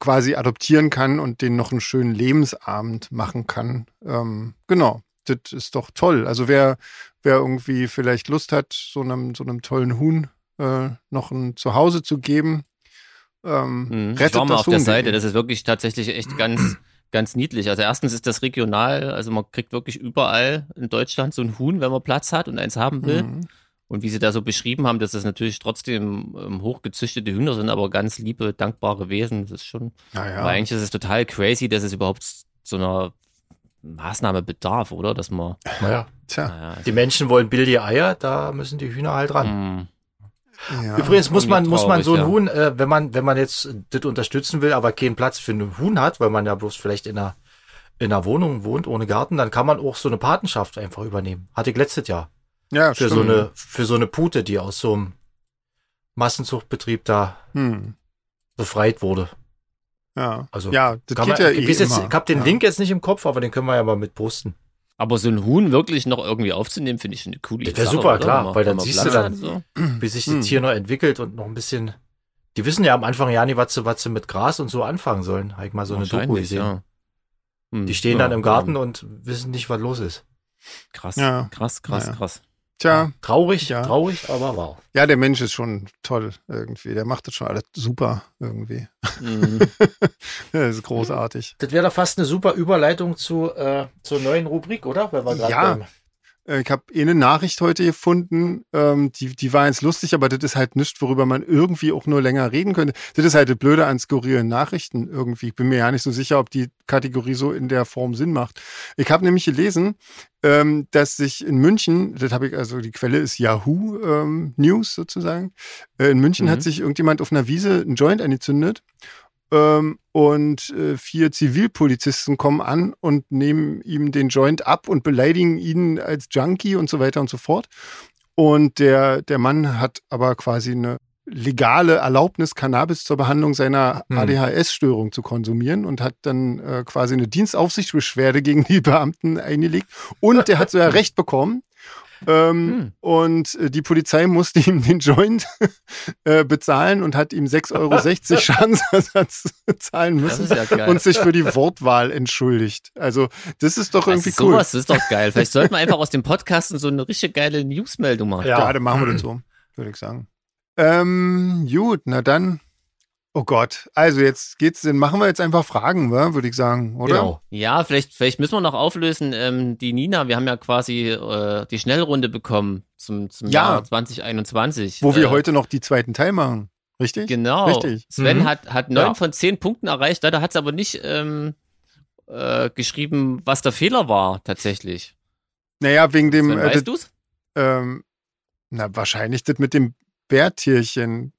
Speaker 2: quasi adoptieren kann und denen noch einen schönen Lebensabend machen kann. Ähm, genau, das ist doch toll. Also wer, wer irgendwie vielleicht Lust hat, so einem, so einem tollen Huhn äh, noch ein Zuhause zu geben, ähm,
Speaker 1: Mhm.
Speaker 2: rettet
Speaker 1: Ich war mal
Speaker 2: das
Speaker 1: auf der
Speaker 2: Huhn.
Speaker 1: Seite, das ist wirklich tatsächlich echt ganz, ganz niedlich. Also erstens ist das regional, also man kriegt wirklich überall in Deutschland so ein Huhn, wenn man Platz hat und eins haben will.
Speaker 2: Mhm.
Speaker 1: Und wie sie da so beschrieben haben, dass das natürlich trotzdem ähm, hochgezüchtete Hühner sind, aber ganz liebe, dankbare Wesen. Das ist schon, aber
Speaker 2: Naja.
Speaker 1: eigentlich ist es total crazy, dass es überhaupt so einer Maßnahme bedarf, oder? Dass man,
Speaker 3: Naja.
Speaker 2: Tja,
Speaker 1: naja, also,
Speaker 3: Die Menschen wollen billige Eier, da müssen die Hühner halt
Speaker 1: mh,
Speaker 3: ran.
Speaker 2: ja.
Speaker 3: Übrigens muss man, muss man so ein
Speaker 1: Ja.
Speaker 3: Huhn, äh, wenn man, wenn man jetzt das unterstützen will, aber keinen Platz für ein Huhn hat, weil man ja bloß vielleicht in einer, in einer Wohnung wohnt ohne Garten, dann kann man auch so eine Patenschaft einfach übernehmen. Hatte ich letztes Jahr.
Speaker 2: ja,
Speaker 3: Für
Speaker 2: stimmt.
Speaker 3: so eine, für so eine Pute, die aus so einem Massenzuchtbetrieb da
Speaker 2: Hm.
Speaker 3: befreit wurde.
Speaker 2: Ja.
Speaker 3: Also,
Speaker 2: ja, das
Speaker 3: kann
Speaker 2: geht
Speaker 3: man,
Speaker 2: ja eh
Speaker 3: ich, weiß jetzt,
Speaker 2: immer.
Speaker 3: ich hab den
Speaker 2: ja.
Speaker 3: Link jetzt nicht im Kopf, aber den können wir ja mal mit posten.
Speaker 1: aber so ein Huhn wirklich noch irgendwie aufzunehmen, finde ich eine coole
Speaker 3: Das
Speaker 1: Idee.
Speaker 3: wär super, klar, weil dann siehst du dann-
Speaker 1: So.
Speaker 3: Wie sich
Speaker 2: Hm.
Speaker 3: das Tier noch entwickelt und noch ein bisschen. Die wissen ja am Anfang ja nicht, was sie, was sie mit Gras und so anfangen sollen. Habe ich mal so eine Doku
Speaker 1: Wahrscheinlich,
Speaker 3: gesehen.
Speaker 1: ja. Hm,
Speaker 3: Die stehen
Speaker 1: ja,
Speaker 3: dann im Garten
Speaker 1: ja.
Speaker 3: und wissen nicht, was los ist.
Speaker 1: Krass,
Speaker 2: Ja.
Speaker 1: krass, krass,
Speaker 2: Naja.
Speaker 1: krass.
Speaker 2: Tja,
Speaker 3: Traurig,
Speaker 2: Ja.
Speaker 3: traurig, aber wow.
Speaker 2: Ja, der Mensch ist schon toll irgendwie. Der macht das schon alles super irgendwie.
Speaker 1: Mhm.
Speaker 2: Das ist großartig.
Speaker 3: Das wäre doch fast eine super Überleitung zu, äh, zur neuen Rubrik, oder? Weil wir grad
Speaker 2: Ja.
Speaker 3: beim-
Speaker 2: Äh, Ich habe eh eine Nachricht heute gefunden, ähm, die, die war jetzt lustig, aber das ist halt nichts, worüber man irgendwie auch nur länger reden könnte. Das ist halt das Blöde an skurrilen Nachrichten irgendwie. Ich bin mir ja nicht so sicher, ob die Kategorie so in der Form Sinn macht. Ich habe nämlich gelesen, ähm, dass sich in München, das habe ich, also die Quelle ist Yahoo ähm, News sozusagen, äh, in München
Speaker 1: Mhm.
Speaker 2: hat sich irgendjemand auf einer Wiese einen Joint angezündet Ähm, und äh, vier Zivilpolizisten kommen an und nehmen ihm den Joint ab und beleidigen ihn als Junkie und so weiter und so fort. Und der, der Mann hat aber quasi eine legale Erlaubnis, Cannabis zur Behandlung seiner
Speaker 3: Hm.
Speaker 2: ADHS-Störung zu konsumieren und hat dann äh, quasi eine Dienstaufsichtsbeschwerde gegen die Beamten eingelegt. Und der hat sogar Recht bekommen. Ähm,
Speaker 1: Hm.
Speaker 2: Und äh, die Polizei musste ihm den Joint äh, bezahlen und hat ihm 6,60 Euro Schadensersatz zahlen
Speaker 1: Das
Speaker 2: müssen
Speaker 1: ist ja geil.
Speaker 2: und sich für die Wortwahl entschuldigt. Also das ist doch irgendwie
Speaker 1: das ist
Speaker 2: cool.
Speaker 1: Sowas ist doch geil. Vielleicht sollten wir einfach aus dem Podcasten so eine richtig geile Newsmeldung machen.
Speaker 3: Ja.
Speaker 2: Gerade machen wir das so, würde ich sagen. Ähm, gut, na dann. Oh Gott, also jetzt geht's, dann machen wir jetzt einfach Fragen, wa? würde ich sagen, oder?
Speaker 3: Genau.
Speaker 1: Ja, vielleicht, vielleicht müssen wir noch auflösen. Ähm, die Nina, wir haben ja quasi äh, die Schnellrunde bekommen zum, zum
Speaker 2: Ja.
Speaker 1: Jahr 2021.
Speaker 2: Wo wir
Speaker 1: äh,
Speaker 2: heute noch die zweiten Teil machen, richtig?
Speaker 1: Genau.
Speaker 2: Richtig.
Speaker 1: Sven
Speaker 3: Mhm.
Speaker 1: hat, hat neun
Speaker 3: Ja.
Speaker 1: von zehn Punkten erreicht. Leider hat es aber nicht ähm, äh, geschrieben, was der Fehler war, tatsächlich.
Speaker 2: Naja, wegen dem,
Speaker 1: Sven,
Speaker 2: äh, das,
Speaker 1: weißt du's?
Speaker 2: ähm, na wahrscheinlich das mit dem Bärtierchen.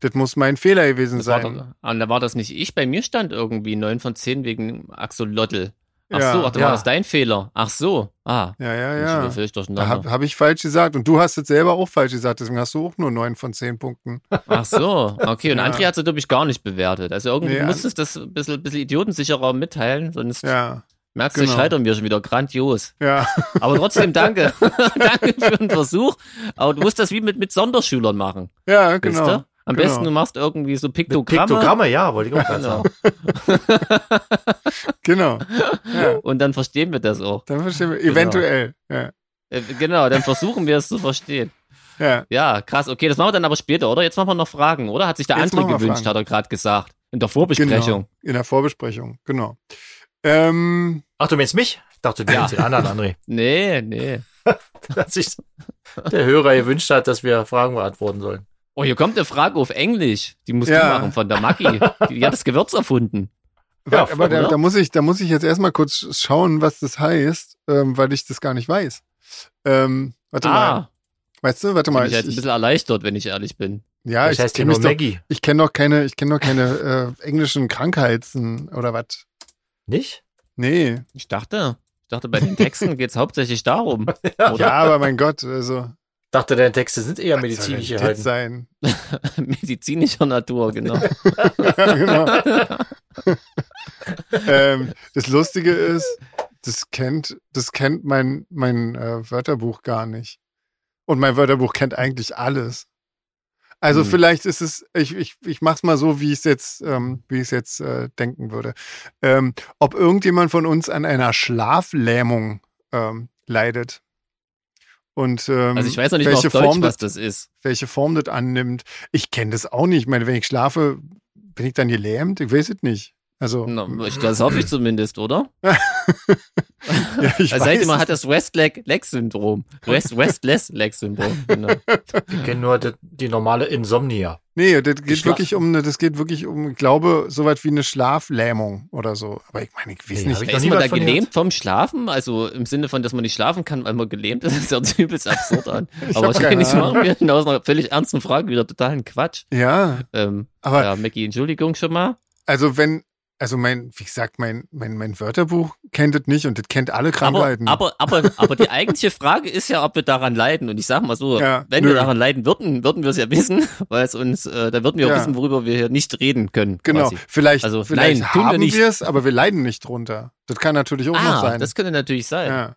Speaker 2: Das muss mein Fehler gewesen
Speaker 1: Das war
Speaker 2: sein.
Speaker 1: doch, ah, da war das nicht ich. Bei mir stand irgendwie neun von zehn wegen Axolotl. Ach
Speaker 2: Ja.
Speaker 1: so, ach, da
Speaker 3: Ja.
Speaker 1: war das dein Fehler. Ach so. Ah,
Speaker 2: Ja, ja,
Speaker 1: bin
Speaker 2: ja.
Speaker 1: schon völlig
Speaker 2: Da
Speaker 1: durcheinander.
Speaker 2: habe hab ich falsch gesagt. Und du hast es selber auch falsch gesagt. Deswegen hast du auch nur 9 von 10 Punkten.
Speaker 1: Ach so, okay. Und
Speaker 2: Ja.
Speaker 1: André hat es, glaube ich, gar nicht bewertet. Also irgendwie
Speaker 2: Nee,
Speaker 1: musstest du das ein bisschen, bisschen idiotensicherer mitteilen, sonst
Speaker 2: Ja,
Speaker 1: merkst
Speaker 2: genau.
Speaker 1: du, scheitern wir schon wieder grandios.
Speaker 2: ja.
Speaker 1: Aber trotzdem danke. danke für den Versuch. Aber du musst das wie mit, mit Sonderschülern machen.
Speaker 2: Ja,
Speaker 1: Genau.
Speaker 2: genau.
Speaker 1: Am
Speaker 2: Genau.
Speaker 1: besten du machst irgendwie so
Speaker 3: Mit
Speaker 1: Piktogramme.
Speaker 3: Piktogramme, ja, wollte ich auch gerade
Speaker 1: Genau.
Speaker 3: sagen.
Speaker 2: Genau. Ja,
Speaker 1: Und dann verstehen wir das auch.
Speaker 2: dann verstehen
Speaker 1: Genau.
Speaker 2: wir. Eventuell. Ja.
Speaker 1: Äh, genau, dann versuchen wir es zu verstehen.
Speaker 2: ja.
Speaker 1: Ja, krass. Okay, das machen wir dann aber später, oder? Jetzt machen wir noch Fragen, oder? Hat sich der
Speaker 2: Jetzt
Speaker 1: andere
Speaker 2: machen wir
Speaker 1: gewünscht,
Speaker 2: Fragen.
Speaker 1: hat er gerade gesagt. In der Vorbesprechung.
Speaker 2: Genau. In der Vorbesprechung, genau. Ähm,
Speaker 3: Ach, du meinst mich? Ich dachte, du meinst den anderen, André.
Speaker 2: Genau.
Speaker 1: Nee, nee.
Speaker 3: Dass sich der Hörer gewünscht hat, dass wir Fragen beantworten sollen.
Speaker 1: Oh, hier kommt eine Frage auf Englisch. Die musst
Speaker 2: Ja.
Speaker 1: du machen von der Maggi. Die hat das Gewürz erfunden.
Speaker 3: Ja,
Speaker 2: wa- aber da,
Speaker 1: oder?
Speaker 2: da, muss ich, da muss ich jetzt erstmal kurz schauen, was das heißt, ähm, weil ich das gar nicht weiß. Ähm, warte mal.
Speaker 1: Ah,
Speaker 2: Weißt du, warte
Speaker 1: bin
Speaker 2: mal.
Speaker 1: ich
Speaker 2: Ich,
Speaker 1: jetzt ein
Speaker 2: ich,
Speaker 1: bisschen erleichtert, wenn ich ehrlich bin.
Speaker 2: ja, ich
Speaker 3: das heißt hier
Speaker 2: kenne
Speaker 3: nur
Speaker 2: mich doch,
Speaker 3: Maggie.
Speaker 2: ich kenn doch keine, ich kenn doch keine äh, englischen Krankheiten oder was.
Speaker 3: Nicht?
Speaker 2: Nee.
Speaker 1: Ich dachte, ich dachte, bei den Texten geht es hauptsächlich darum. Oder?
Speaker 2: Ja, aber mein Gott, also.
Speaker 3: Dachte, deine Texte sind eher
Speaker 2: was soll denn
Speaker 3: medizinisch
Speaker 2: das
Speaker 3: gehalten.
Speaker 2: sein.
Speaker 1: Medizinischer Natur, genau.
Speaker 2: Ja, genau. ähm, das Lustige ist, das kennt, das kennt mein, mein äh, Wörterbuch gar nicht. Und mein Wörterbuch kennt eigentlich alles. Also
Speaker 1: Hm.
Speaker 2: vielleicht ist es, ich, ich, ich mach's mal so, wie ich es jetzt, ähm, wie ich es jetzt äh, denken würde. Ähm, ob irgendjemand von uns an einer Schlaflähmung ähm, leidet. Und ähm,
Speaker 1: Also ich weiß noch nicht mal auf
Speaker 2: welche
Speaker 1: Deutsch,
Speaker 2: Form das
Speaker 1: was das ist.
Speaker 2: welche Form das annimmt. Ich kenne das auch nicht. Ich meine, wenn ich schlafe, bin ich dann gelähmt? Ich weiß es nicht. Also,
Speaker 1: Na, ich, das hoffe ich zumindest, oder?
Speaker 2: ja,
Speaker 1: Also
Speaker 2: ich weiß.
Speaker 1: seitdem hat das Westlake-Leck-Syndrom. West Westless-Leck-Syndrom. Genau.
Speaker 3: Ich kenne nur die, die normale Insomnia.
Speaker 2: nee, das geht
Speaker 1: Geschlafen.
Speaker 2: wirklich um, eine, das geht wirklich um, ich glaube, soweit wie eine Schlaflähmung oder so. Aber ich meine, ich weiß
Speaker 3: Nee, hab
Speaker 2: nicht.
Speaker 3: ich
Speaker 1: Ist
Speaker 3: nie
Speaker 1: man
Speaker 3: was
Speaker 1: da
Speaker 3: von
Speaker 1: gelähmt vom Schlafen? Also im Sinne von, dass man nicht schlafen kann, weil man gelähmt ist, das hört sich übelst absurd an. Aber
Speaker 2: hab keine
Speaker 1: wahrscheinlich
Speaker 2: Ahnung.
Speaker 1: machen wir hinaus einer völlig ernsten Frage wieder totalen Quatsch.
Speaker 2: Ja,
Speaker 1: Ähm,
Speaker 2: aber
Speaker 1: ja, Mickey, Entschuldigung schon mal.
Speaker 2: also wenn, also mein, wie gesagt, mein, mein, mein Wörterbuch kennt das nicht und das kennt alle
Speaker 1: Aber,
Speaker 2: Krankheiten.
Speaker 1: aber, aber, aber die eigentliche Frage ist ja, ob wir daran leiden. Und ich sag mal so,
Speaker 2: Ja,
Speaker 1: wenn
Speaker 2: nö.
Speaker 1: wir daran leiden würden, würden wir es ja wissen, weil es uns, äh, dann würden wir auch
Speaker 2: Ja.
Speaker 1: wissen, worüber wir hier nicht reden können.
Speaker 2: genau,
Speaker 1: quasi.
Speaker 2: vielleicht,
Speaker 1: Also,
Speaker 2: vielleicht
Speaker 1: nein, tun wir
Speaker 2: haben
Speaker 1: nicht.
Speaker 2: wir es, aber wir leiden nicht drunter. Das kann natürlich auch noch
Speaker 1: Ah,
Speaker 2: sein.
Speaker 1: das könnte natürlich sein.
Speaker 2: ja.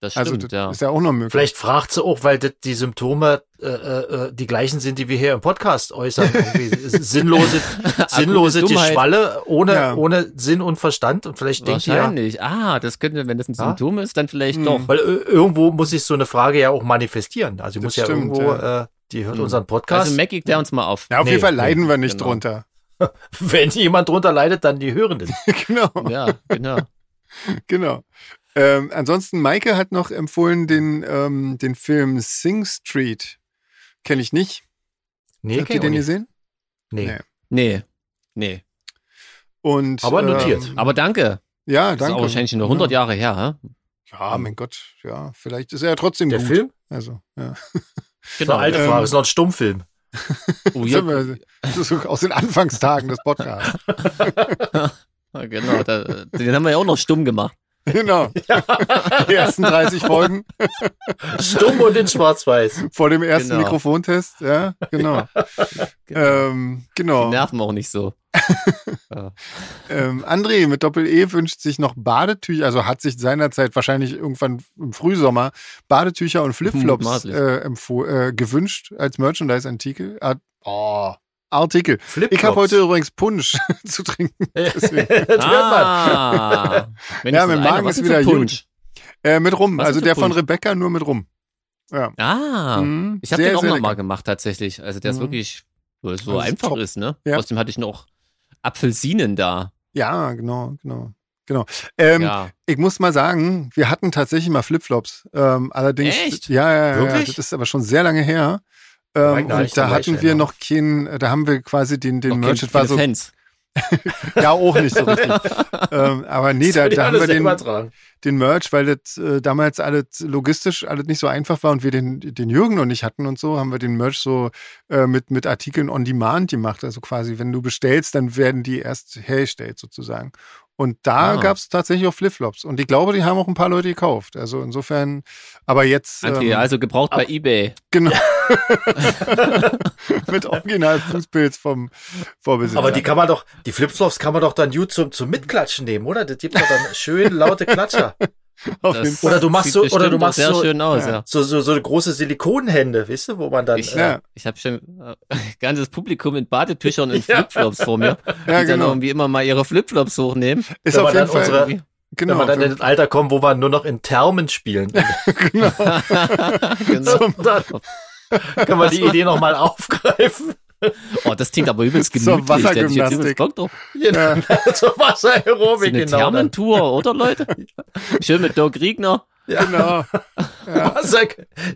Speaker 1: Das stimmt,
Speaker 2: Also das
Speaker 1: ja.
Speaker 2: ist ja auch noch möglich.
Speaker 3: Vielleicht fragt sie auch, weil das die Symptome äh, äh, die gleichen sind, die wir hier im Podcast äußern. Irgendwie sinnlose sinnlose
Speaker 1: Akute Also Dummheit.
Speaker 3: Geschwalle ohne,
Speaker 2: Ja.
Speaker 3: ohne Sinn und Verstand. Und vielleicht denkt ihr, ja,
Speaker 1: Wahrscheinlich. Ah, das könnte, wenn das ein
Speaker 3: Ja.
Speaker 1: Symptom ist, dann vielleicht
Speaker 2: Hm.
Speaker 1: doch.
Speaker 3: weil äh, irgendwo muss sich so eine Frage ja auch manifestieren. Also
Speaker 2: Das
Speaker 3: die muss ja
Speaker 2: stimmt,
Speaker 3: irgendwo,
Speaker 2: ja.
Speaker 3: Äh, die hört
Speaker 1: Hm.
Speaker 3: unseren Podcast.
Speaker 1: Also Maggie, klär uns mal auf.
Speaker 2: ja, auf
Speaker 3: Nee,
Speaker 2: jeden Fall
Speaker 3: nee,
Speaker 2: leiden wir nicht
Speaker 1: genau.
Speaker 2: drunter.
Speaker 3: Wenn jemand drunter leidet, dann die Hörenden.
Speaker 2: genau.
Speaker 1: Ja, genau.
Speaker 2: Genau. Ähm, ansonsten, Maike hat noch empfohlen den, ähm, den Film Sing Street. Kenne ich nicht.
Speaker 3: Nee,
Speaker 2: Habt ihr
Speaker 3: kenn ich
Speaker 2: den
Speaker 3: auch nicht.
Speaker 2: gesehen?
Speaker 3: nee.
Speaker 2: Nee.
Speaker 1: Nee. Nee.
Speaker 2: Und,
Speaker 3: Aber notiert.
Speaker 2: Ähm,
Speaker 1: Aber danke.
Speaker 2: ja,
Speaker 1: Das
Speaker 2: danke.
Speaker 1: ist auch wahrscheinlich nur 100
Speaker 2: ja.
Speaker 1: Jahre her. Hä?
Speaker 2: Ja, mein Gott. Ja, vielleicht ist er ja trotzdem
Speaker 3: Der
Speaker 2: gut.
Speaker 3: Film?
Speaker 2: Also, ja.
Speaker 3: Genau. Eine alte
Speaker 2: Ähm,
Speaker 3: Frage, ist noch ein Stummfilm.
Speaker 1: Oh,
Speaker 2: Sind
Speaker 1: ja.
Speaker 2: wir- Das ist so aus den Anfangstagen des Podcasts.
Speaker 1: Ja, genau. Da, den haben wir ja auch noch stumm gemacht.
Speaker 2: genau. Die ersten 30 Folgen
Speaker 3: Stumm und in Schwarz-Weiß.
Speaker 2: vor dem ersten
Speaker 1: Genau.
Speaker 2: Mikrofontest. Ja, genau.
Speaker 1: Genau.
Speaker 2: Ähm,
Speaker 1: Die
Speaker 2: genau.
Speaker 1: nerven auch nicht so. ja.
Speaker 2: Ähm, André mit Doppel-E wünscht sich noch Badetücher, also hat sich seinerzeit wahrscheinlich irgendwann im Frühsommer Badetücher
Speaker 1: Hm,
Speaker 2: und Flipflops
Speaker 1: Mutmaßlich.
Speaker 2: äh, empfo- äh, gewünscht als Merchandise-Artikel. Art- oh, Artikel.
Speaker 3: Flip
Speaker 2: Ich habe heute übrigens Punsch zu trinken. deswegen.
Speaker 1: Ah,
Speaker 2: Ja,
Speaker 1: Wenigstens
Speaker 2: mein
Speaker 1: einer.
Speaker 2: Magen
Speaker 1: Was
Speaker 2: ist
Speaker 1: denn für
Speaker 2: wieder gut.
Speaker 1: Punsch?
Speaker 2: Äh, mit rum,
Speaker 1: Was ist
Speaker 2: also
Speaker 1: der
Speaker 2: der von
Speaker 1: Punsch?
Speaker 2: Rebecca nur mit rum.
Speaker 1: Ah,
Speaker 2: Mhm,
Speaker 1: ich habe
Speaker 2: sehr,
Speaker 1: den auch
Speaker 2: sehr
Speaker 1: noch mal
Speaker 2: lecker.
Speaker 1: gemacht tatsächlich. Also der ist
Speaker 2: Mhm.
Speaker 1: wirklich weil es so
Speaker 2: Das ist
Speaker 1: einfach
Speaker 2: top.
Speaker 1: ist, ne?
Speaker 2: Ja.
Speaker 1: Außerdem hatte ich noch Apfelsinen da.
Speaker 2: Ja, genau, genau. Genau. Ähm,
Speaker 1: ja.
Speaker 2: Ich muss mal sagen, wir hatten tatsächlich mal Flipflops. Ähm, allerdings,
Speaker 1: Echt?
Speaker 2: ja, ja, ja, ja,
Speaker 3: Wirklich?
Speaker 2: das ist aber schon sehr lange her.
Speaker 3: Da war ich
Speaker 2: Ähm,
Speaker 3: noch
Speaker 2: und
Speaker 3: nicht ne?
Speaker 2: da
Speaker 3: dabei,
Speaker 2: hatten wir
Speaker 3: scheinbar.
Speaker 2: noch keinen, äh, da haben wir quasi den, den
Speaker 1: Noch
Speaker 2: Merch,
Speaker 1: keine
Speaker 2: das war
Speaker 1: viele
Speaker 2: so,
Speaker 1: Fans.
Speaker 2: ja auch nicht so richtig. ähm, aber nee, da,
Speaker 3: Soll ich
Speaker 2: da haben
Speaker 3: alles
Speaker 2: wir den,
Speaker 3: selber tragen?
Speaker 2: den Merch, weil das äh, damals alles logistisch alles nicht so einfach war und wir den, den Jürgen noch nicht hatten und so, haben wir den Merch so äh, mit, mit Artikeln on demand gemacht. Also quasi, wenn du bestellst, dann werden die erst hergestellt sozusagen. Und da
Speaker 1: Ah.
Speaker 2: gab es tatsächlich auch Flipflops. Und ich glaube, die haben auch ein paar Leute gekauft. Also insofern, aber jetzt
Speaker 1: André,
Speaker 2: ähm,
Speaker 1: also gebraucht bei eBay.
Speaker 2: genau. mit original Fußpilz vom Vorbesitzer.
Speaker 3: Aber die kann man doch, die Flipflops kann man doch dann gut zum, zum Mitklatschen nehmen, oder? Das gibt doch dann schön laute Klatscher.
Speaker 2: Auf
Speaker 1: Das
Speaker 2: jeden Fall.
Speaker 3: Oder du machst
Speaker 1: sieht
Speaker 3: so, oder
Speaker 1: bestimmt
Speaker 3: du
Speaker 1: auch
Speaker 3: machst
Speaker 1: sehr
Speaker 3: so,
Speaker 1: schön aus,
Speaker 2: ja.
Speaker 1: ja.
Speaker 3: so, so, so große Silikonhände, weißt du, wo man dann,
Speaker 1: Ich-
Speaker 3: äh,
Speaker 2: Ja,
Speaker 1: Ich habe schon äh, ganzes Publikum in Badetüchern und
Speaker 3: Ja.
Speaker 1: Flipflops vor mir,
Speaker 2: ja
Speaker 1: die dann
Speaker 2: genau.
Speaker 1: irgendwie immer mal ihre Flipflops hochnehmen.
Speaker 2: Ist
Speaker 3: Wenn
Speaker 2: auf
Speaker 3: man
Speaker 2: jeden
Speaker 3: dann
Speaker 2: Fall.
Speaker 3: unsere-
Speaker 1: Irgendwie.
Speaker 2: genau.
Speaker 3: wenn man dann in das Alter kommt, wo man nur noch in Thermen spielen.
Speaker 1: genau.
Speaker 3: dann kann man die Idee nochmal aufgreifen.
Speaker 1: Oh, das klingt aber übelst
Speaker 2: Zur
Speaker 1: gemütlich. Da hätte ich jetzt übelst
Speaker 2: Wassergymnastik.
Speaker 1: Bock drauf.
Speaker 3: Genau, zur
Speaker 2: Oh,
Speaker 1: So
Speaker 3: Wassererobik,
Speaker 1: eine
Speaker 3: genau. dann.
Speaker 1: Thermentour, oder Leute? Schön mit Dirk Riegner.
Speaker 2: genau.
Speaker 3: Wasser,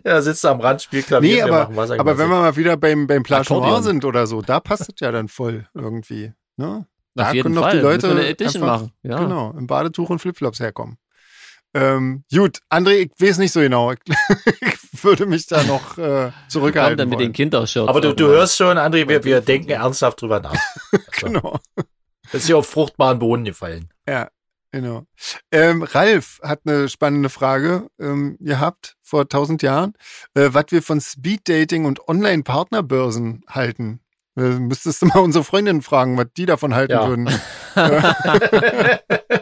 Speaker 3: ja, sitzt am Rand, spielt Klavier.
Speaker 2: Nee,
Speaker 3: wir
Speaker 2: aber,
Speaker 3: machen Wasser-
Speaker 2: aber wenn wir mal wieder beim, beim Plage
Speaker 1: Akkordeon.
Speaker 2: Noir sind oder so, da passt es ja dann voll irgendwie. Ne? Da
Speaker 1: Auf jeden
Speaker 2: können doch
Speaker 1: Fall.
Speaker 2: die Leute
Speaker 1: Müssen wir eine Edition
Speaker 2: einfach-
Speaker 1: machen. Ja.
Speaker 2: Genau, im Badetuch und Flipflops herkommen. Ähm, gut, André, ich weiß nicht so genau. Ich, ich würde mich da noch äh,
Speaker 1: Komm
Speaker 2: zurückhalten.
Speaker 1: dann mit den
Speaker 2: wollen.
Speaker 1: Kindershirts.
Speaker 3: aber du, du
Speaker 1: irgendwann.
Speaker 3: hörst schon, André, wir, wir denken ernsthaft drüber nach.
Speaker 2: Genau,
Speaker 3: Das ist hier auf fruchtbaren Boden gefallen.
Speaker 2: genau. Ähm, Ralf hat eine spannende Frage ähm, gehabt vor 1000 Jahren, äh, was wir von Speeddating und Online-Partnerbörsen halten. Äh, müsstest du mal unsere Freundinnen fragen, was die davon halten
Speaker 3: Ja.
Speaker 2: würden.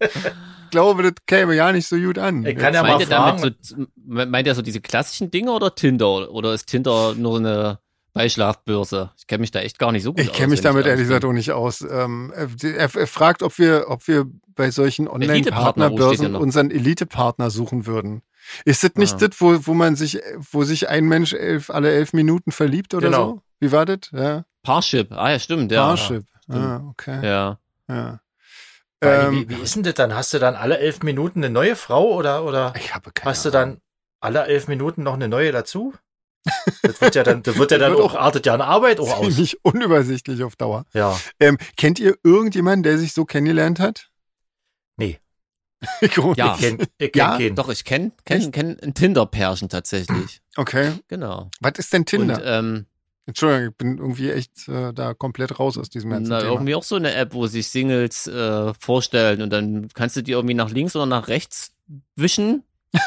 Speaker 2: ich glaube, das käme ja nicht so gut an.
Speaker 3: Ich kann ja mal
Speaker 1: Meint ihr damit
Speaker 3: fragen.
Speaker 1: so, meint ihr so diese klassischen Dinge oder Tinder? Oder ist Tinder nur eine Beischlafbörse? Ich kenne mich da echt gar nicht so gut aus.
Speaker 2: Ich kenne mich
Speaker 1: wenn
Speaker 2: damit
Speaker 1: ehrlich
Speaker 2: ehrlich gesagt
Speaker 1: bin.
Speaker 2: auch nicht aus. Ähm, er, er, er fragt, ob wir, ob wir bei
Speaker 1: Elite-Partner,
Speaker 2: solchen
Speaker 1: wo steht denn
Speaker 2: Online-Partnerbörsen
Speaker 1: noch?
Speaker 2: unseren Elite-Partner suchen würden. Ist das nicht
Speaker 1: Ah.
Speaker 2: das, wo, wo man sich, wo sich ein Mensch elf, alle elf Minuten verliebt oder
Speaker 3: Genau.
Speaker 2: so? Wie war das? Ja.
Speaker 1: Parship. Ah, ja, stimmt, ja. Mhm.
Speaker 2: Parship. Ah, okay.
Speaker 1: Ja.
Speaker 2: Ja.
Speaker 3: weil,
Speaker 2: Ähm,
Speaker 3: wie, wie ist denn das dann? Hast du dann alle elf Minuten eine neue Frau oder, oder
Speaker 2: ich habe keine
Speaker 3: hast du dann alle elf Minuten noch eine neue dazu? Das wird ja dann, das wird ja dann
Speaker 2: Wird
Speaker 3: auch,
Speaker 2: auch-
Speaker 3: artet ja eine Arbeit auch
Speaker 2: Ahnung.
Speaker 3: aus.
Speaker 2: Ziemlich unübersichtlich auf Dauer.
Speaker 3: Ja.
Speaker 2: Ähm, kennt ihr irgendjemanden, der sich so kennengelernt hat?
Speaker 3: Nee.
Speaker 2: Ironisch.
Speaker 1: Ja.
Speaker 3: Ich kenn, ich kenn
Speaker 2: Ja,
Speaker 3: keinen.
Speaker 1: Doch, ich kenne kenn,
Speaker 2: Echt?
Speaker 1: kenn ein Tinder-Pärchen tatsächlich.
Speaker 2: Okay.
Speaker 1: Genau.
Speaker 2: Was ist denn Tinder?
Speaker 1: Und ähm,
Speaker 2: Entschuldigung, ich bin irgendwie echt äh, da komplett raus aus diesem ganzen
Speaker 1: na,
Speaker 2: Thema.
Speaker 1: irgendwie auch so eine App, wo sich Singles äh, vorstellen und dann kannst du die irgendwie nach links oder nach rechts wischen.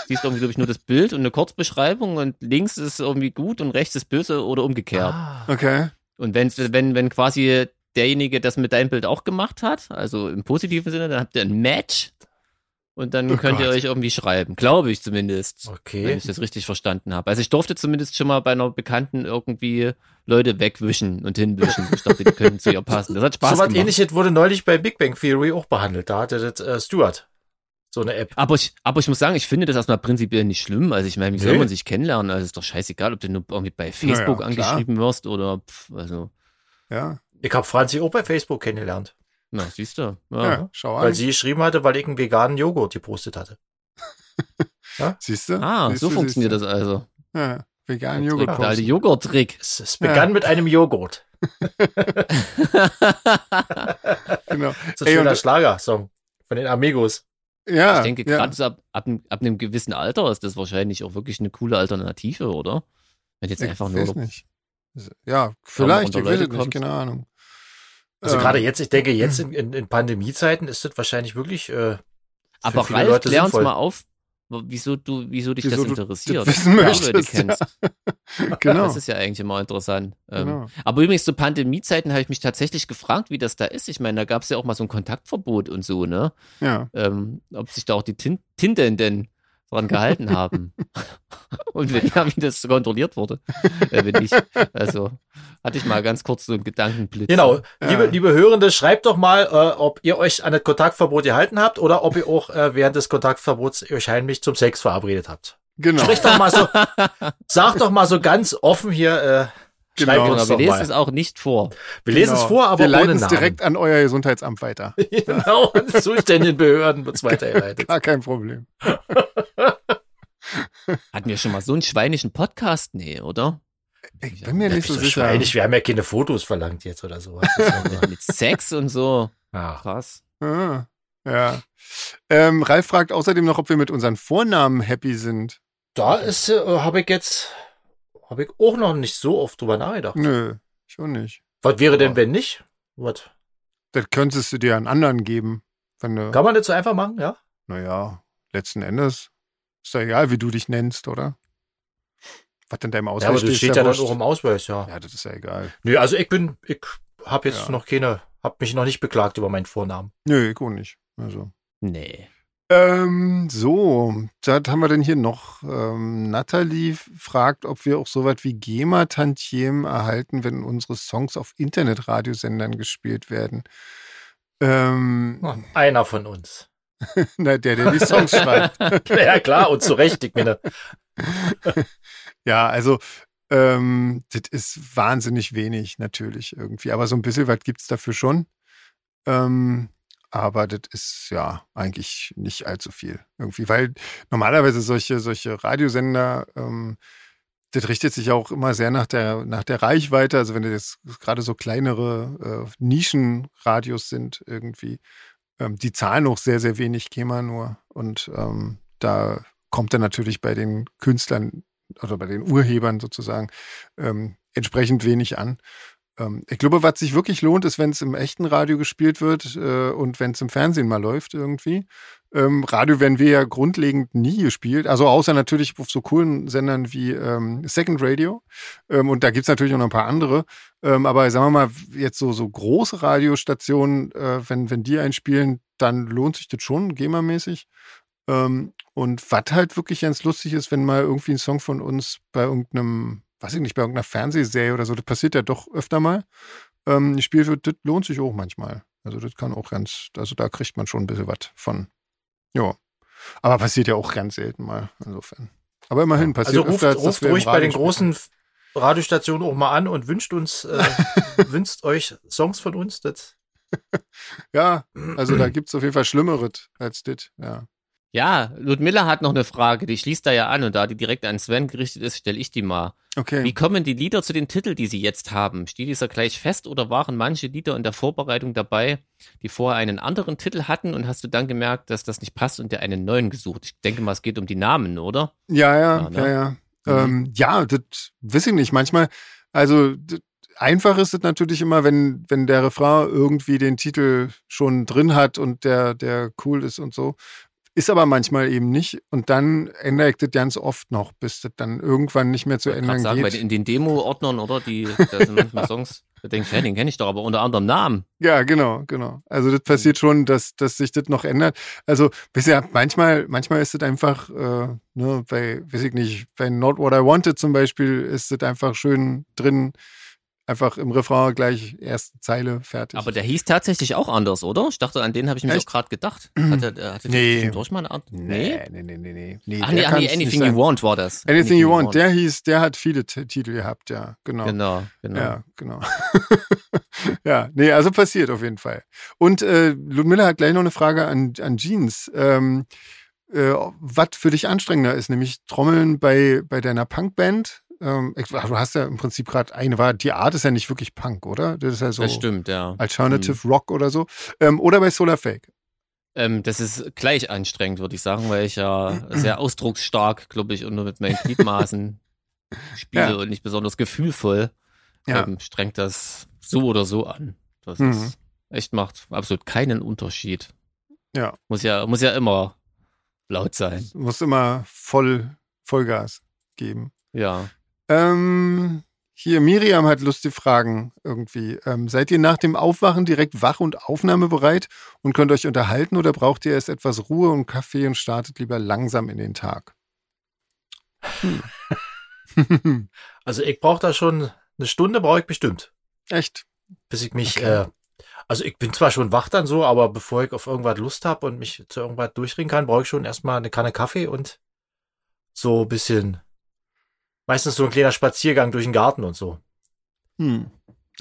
Speaker 1: Siehst irgendwie, glaube ich, nur das Bild und eine Kurzbeschreibung und links ist irgendwie gut und rechts ist böse oder umgekehrt.
Speaker 3: Ah,
Speaker 2: Okay.
Speaker 1: Und wenn, wenn, wenn quasi derjenige das mit deinem Bild auch gemacht hat, also im positiven Sinne, dann habt ihr ein Match und dann
Speaker 2: Oh
Speaker 1: könnt ihr
Speaker 2: Gott.
Speaker 1: euch irgendwie schreiben. Glaube ich zumindest. Wenn
Speaker 3: okay.
Speaker 1: ich das richtig verstanden habe. Also ich durfte zumindest schon mal bei einer Bekannten irgendwie Leute wegwischen und hinwischen. Ich dachte, die könnten zu ihr passen. Das hat Spaß
Speaker 3: So was
Speaker 1: gemacht.
Speaker 3: ähnliches wurde neulich bei Big Bang Theory auch behandelt. Da hatte das äh, Stuart so eine App.
Speaker 1: Aber ich, aber ich muss sagen, ich finde das erstmal prinzipiell nicht schlimm. Also ich meine, wie soll
Speaker 3: Nee.
Speaker 1: man sich kennenlernen? Also ist doch scheißegal, ob du nur irgendwie bei Facebook
Speaker 2: Naja, klar.
Speaker 1: angeschrieben wirst oder pff, also,
Speaker 2: Ja,
Speaker 3: Ich habe Franzi auch bei Facebook kennengelernt,
Speaker 1: na, siehst du.
Speaker 2: ja.
Speaker 1: Ja.
Speaker 2: schau
Speaker 3: weil
Speaker 2: an.
Speaker 3: sie geschrieben hatte, weil ich einen veganen Joghurt gepostet hatte.
Speaker 2: Siehst du?
Speaker 1: Ah,
Speaker 2: siehst
Speaker 1: so
Speaker 2: du,
Speaker 1: funktioniert
Speaker 2: siehst
Speaker 1: das also.
Speaker 2: du? Ja, vegan
Speaker 1: Der
Speaker 2: Joghurt.
Speaker 1: Trick, der alte
Speaker 2: posten.
Speaker 1: Joghurt-Trick.
Speaker 3: Es, es
Speaker 2: Ja.
Speaker 3: begann mit einem Joghurt.
Speaker 2: Genau.
Speaker 3: So ein
Speaker 2: Ey,
Speaker 3: schöner
Speaker 2: und-
Speaker 3: Schlagersong von den Amigos.
Speaker 2: Ja,
Speaker 1: Ich denke,
Speaker 2: ja.
Speaker 1: gerade so ab, ab, einem- ab einem gewissen Alter ist das wahrscheinlich auch wirklich eine coole Alternative, oder? Wenn jetzt
Speaker 2: Ich
Speaker 1: einfach
Speaker 2: weiß
Speaker 1: nur Also,
Speaker 2: nicht. Ja, vielleicht,
Speaker 1: unter
Speaker 2: ich weiß
Speaker 1: Leute
Speaker 2: es nicht,
Speaker 1: kommst.
Speaker 2: keine Ahnung.
Speaker 3: Also
Speaker 2: Ähm,
Speaker 3: gerade jetzt, ich denke, jetzt in, in, in Pandemiezeiten ist das wahrscheinlich wirklich. Äh,
Speaker 1: Aber
Speaker 3: viele
Speaker 1: Ralf,
Speaker 3: Leute
Speaker 1: klär uns
Speaker 3: sinnvoll.
Speaker 1: mal auf, wo- wieso du, wieso dich
Speaker 2: Wieso
Speaker 1: das
Speaker 2: du
Speaker 1: interessiert.
Speaker 2: das wissen
Speaker 1: Wie du
Speaker 2: möchtest,
Speaker 1: Leute kennst.
Speaker 2: Genau.
Speaker 1: Das ist ja eigentlich immer interessant. Ähm,
Speaker 2: genau.
Speaker 1: Aber übrigens zu Pandemiezeiten habe ich mich tatsächlich gefragt, wie das da ist. Ich meine, da gab es ja auch mal so ein Kontaktverbot und so, ne?
Speaker 2: Ja.
Speaker 1: Ähm, ob sich da auch die Tin Tintenden dran gehalten haben. und wenn ja, wie das kontrolliert wurde. Äh, wenn nicht. Also hatte ich mal ganz kurz so einen Gedankenblitz.
Speaker 3: genau.
Speaker 2: Ja.
Speaker 3: Liebe, liebe Hörende, schreibt doch mal, äh, ob ihr euch an das Kontaktverbot gehalten habt oder ob ihr auch äh, während des Kontaktverbots euch heimlich zum Sex verabredet habt.
Speaker 2: Genau.
Speaker 3: Sprecht doch mal so, sagt doch mal so ganz offen hier. Äh,
Speaker 2: Genau.
Speaker 3: schreibt
Speaker 1: Genau,
Speaker 3: uns
Speaker 1: wir
Speaker 3: doch
Speaker 1: lesen es
Speaker 3: mal.
Speaker 1: auch nicht vor.
Speaker 3: Wir lesen
Speaker 2: genau.
Speaker 3: es vor, aber
Speaker 2: Wir leiten
Speaker 3: ohne
Speaker 2: es
Speaker 3: Namen.
Speaker 2: direkt an euer Gesundheitsamt weiter.
Speaker 3: genau, an die zuständigen Behörden wird es weitergeleitet.
Speaker 2: Gar kein Problem.
Speaker 1: Hatten wir schon mal so einen schweinischen Podcast? Nee, oder?
Speaker 2: Ich bin mir
Speaker 3: Ja,
Speaker 2: nicht so
Speaker 3: wieso
Speaker 2: sicher.
Speaker 3: schweinig? Wir haben ja keine Fotos verlangt jetzt oder sowas. Das ist ja nur-
Speaker 1: Mit Sex und so.
Speaker 3: Ja.
Speaker 1: Krass.
Speaker 2: Ah, ja. Ähm, Ralf fragt außerdem noch, ob wir mit unseren Vornamen happy sind.
Speaker 3: Da ist, äh, habe ich jetzt, habe ich auch noch nicht so oft drüber nachgedacht.
Speaker 2: Nö, schon nicht.
Speaker 3: Was wäre denn, wenn nicht? Was?
Speaker 2: Das könntest du dir an anderen geben. Wenn du,
Speaker 3: Kann man das so einfach machen, ja?
Speaker 2: naja, letzten Endes ist ja egal, wie du dich nennst, oder? Was in deinem
Speaker 3: ja
Speaker 2: Ausweis
Speaker 3: aber das steht ja dann auch im
Speaker 2: wurscht.
Speaker 3: Ausweis, ja.
Speaker 2: Ja, das ist ja egal.
Speaker 3: Nö, also ich bin, ich habe jetzt
Speaker 2: Ja.
Speaker 3: noch keine, habe mich noch nicht beklagt über meinen Vornamen.
Speaker 2: Nö, ich auch nicht. Also.
Speaker 1: Nee.
Speaker 2: Ähm, so, was haben wir denn hier noch? Ähm, Nathalie fragt, ob wir auch sowas wie GEMA-Tantiem erhalten, wenn unsere Songs auf Internetradiosendern gespielt werden. Ähm,
Speaker 3: Na, Einer von uns.
Speaker 2: na, der, der die Songs schreibt.
Speaker 3: Ja, klar, und zu Recht, ich meine.
Speaker 2: Ja, also ähm, das ist wahnsinnig wenig natürlich irgendwie, aber so ein bisschen was gibt's dafür schon. Ähm, aber das ist ja eigentlich nicht allzu viel irgendwie, weil normalerweise solche, solche Radiosender, ähm, das richtet sich auch immer sehr nach der, nach der Reichweite. Also wenn das jetzt gerade so kleinere äh, Nischenradios sind irgendwie, ähm, die zahlen auch sehr, sehr wenig GEMA nur. Und ähm, da kommt dann natürlich bei den Künstlern oder bei den Urhebern sozusagen ähm, entsprechend wenig an. Ähm, ich glaube, was sich wirklich lohnt, ist, wenn es im echten Radio gespielt wird äh, und wenn es im Fernsehen mal läuft irgendwie. Ähm, Radio werden wir ja grundlegend nie gespielt, also außer natürlich auf so coolen Sendern wie ähm, Second Radio. Ähm, und da gibt es natürlich auch noch ein paar andere. Ähm, aber sagen wir mal, jetzt so, so große Radiostationen, äh, wenn, wenn die einspielen, dann lohnt sich das schon, GEMA-mäßig. Ähm, und was halt wirklich ganz lustig ist, wenn mal irgendwie ein Song von uns bei irgendeinem, weiß ich nicht, bei irgendeiner Fernsehserie oder so, das passiert ja doch öfter mal, ähm, gespielt wird, das lohnt sich auch manchmal. Also das kann auch ganz, also da kriegt man schon ein bisschen was von. Ja. Aber passiert ja auch ganz selten mal, insofern. Aber immerhin passiert
Speaker 3: Also ruft,
Speaker 2: öfter, als dass
Speaker 3: ruft
Speaker 2: wir im
Speaker 3: ruhig bei
Speaker 2: Radio
Speaker 3: den
Speaker 2: spielen.
Speaker 3: großen Radiostationen auch mal an und wünscht uns, äh, wünscht euch Songs von uns. Das,
Speaker 2: Ja, also da gibt es auf jeden Fall Schlimmeres als das, ja.
Speaker 1: Ja, Ludmilla hat noch eine Frage, die schließt da ja an und da die direkt an Sven gerichtet ist, stelle ich die mal. Wie
Speaker 2: Okay.
Speaker 1: kommen die Lieder zu den Titeln, die sie jetzt haben? Steht dieser gleich fest oder waren manche Lieder in der Vorbereitung dabei, die vorher einen anderen Titel hatten und hast du dann gemerkt, dass das nicht passt und dir einen neuen gesucht? Ich denke mal, es geht um die Namen, oder?
Speaker 2: Ja, ja,
Speaker 1: Ja, ne?
Speaker 2: ja, ja. Ähm, ja, das weiß ich nicht. Manchmal, also das, einfach ist es natürlich immer, wenn, wenn der Refrain irgendwie den Titel schon drin hat und der, der cool ist und so. Ist aber manchmal eben nicht. Und dann ändere ich das ganz oft noch, bis das dann irgendwann nicht mehr zu
Speaker 1: Ich kann
Speaker 2: ändern
Speaker 1: sagen, bei
Speaker 2: geht.
Speaker 1: den, in den Demo-Ordnern, oder? Die, da sind manchmal Songs, da denke ich, ja, den kenne ich doch, aber unter anderem Namen.
Speaker 2: Ja, genau, genau. Also das passiert schon, dass, dass sich das noch ändert. Also bisher, manchmal, manchmal ist das einfach, äh, ne, bei, weiß ich nicht, bei Not What I Wanted zum Beispiel, ist das einfach schön drin, einfach im Refrain gleich erste Zeile fertig.
Speaker 1: Aber der hieß tatsächlich auch anders, oder? Ich dachte, an den habe ich mich
Speaker 2: Echt?
Speaker 1: auch gerade gedacht. Hatte, äh, hatte
Speaker 2: Nee.
Speaker 1: zwischendurch mal eine Art? Nee.
Speaker 2: nee, nee, nee, nee. nee
Speaker 1: Ach nee,
Speaker 2: der
Speaker 1: ach nee,
Speaker 2: kann's nicht
Speaker 1: Anything
Speaker 2: sein.
Speaker 1: You Want war das.
Speaker 2: Anything You Want, der hieß, der hat viele T Titel gehabt, ja, genau.
Speaker 1: Genau, genau.
Speaker 2: Ja, genau. ja, nee, also passiert auf jeden Fall. Und äh, Ludmilla hat gleich noch eine Frage an, an Jeans. Ähm, äh, was für dich anstrengender ist, nämlich Trommeln bei, bei deiner Punkband. Ähm, ich- ach, du hast ja im Prinzip gerade eine, war, die Art ist ja nicht wirklich Punk, oder? Das ist ja so
Speaker 1: Das stimmt, Mhm. ja.
Speaker 2: Alternative Rock oder so. Ähm, oder bei Solar Fake.
Speaker 1: Ähm, das ist gleich anstrengend, würde ich sagen, weil ich ja sehr ausdrucksstark, glaube ich, und nur mit meinen Gliedmaßen spiele
Speaker 2: Ja.
Speaker 1: und nicht besonders gefühlvoll.
Speaker 2: Ja.
Speaker 1: Ähm, strengt das so oder so an. Das
Speaker 2: Mhm.
Speaker 1: ist echt macht absolut keinen Unterschied.
Speaker 2: Ja.
Speaker 1: Muss ja, muss ja immer laut sein.
Speaker 2: Du musst immer voll Vollgas geben.
Speaker 1: Ja.
Speaker 2: Ähm, hier, Miriam hat lustige Fragen irgendwie. Ähm, seid ihr nach dem Aufwachen direkt wach und aufnahmebereit und könnt euch unterhalten oder braucht ihr erst etwas Ruhe und Kaffee und startet lieber langsam in den Tag? Hm.
Speaker 3: also ich brauche da schon eine Stunde, brauche ich bestimmt,
Speaker 2: Echt?
Speaker 3: bis ich mich.
Speaker 2: Okay.
Speaker 3: Äh, also ich bin zwar schon wach dann so, aber bevor ich auf irgendwas Lust habe und mich zu irgendwas durchringen kann, brauche ich schon erstmal eine Kanne Kaffee und so ein bisschen. Meistens so ein kleiner Spaziergang durch den Garten und so.
Speaker 2: Hm.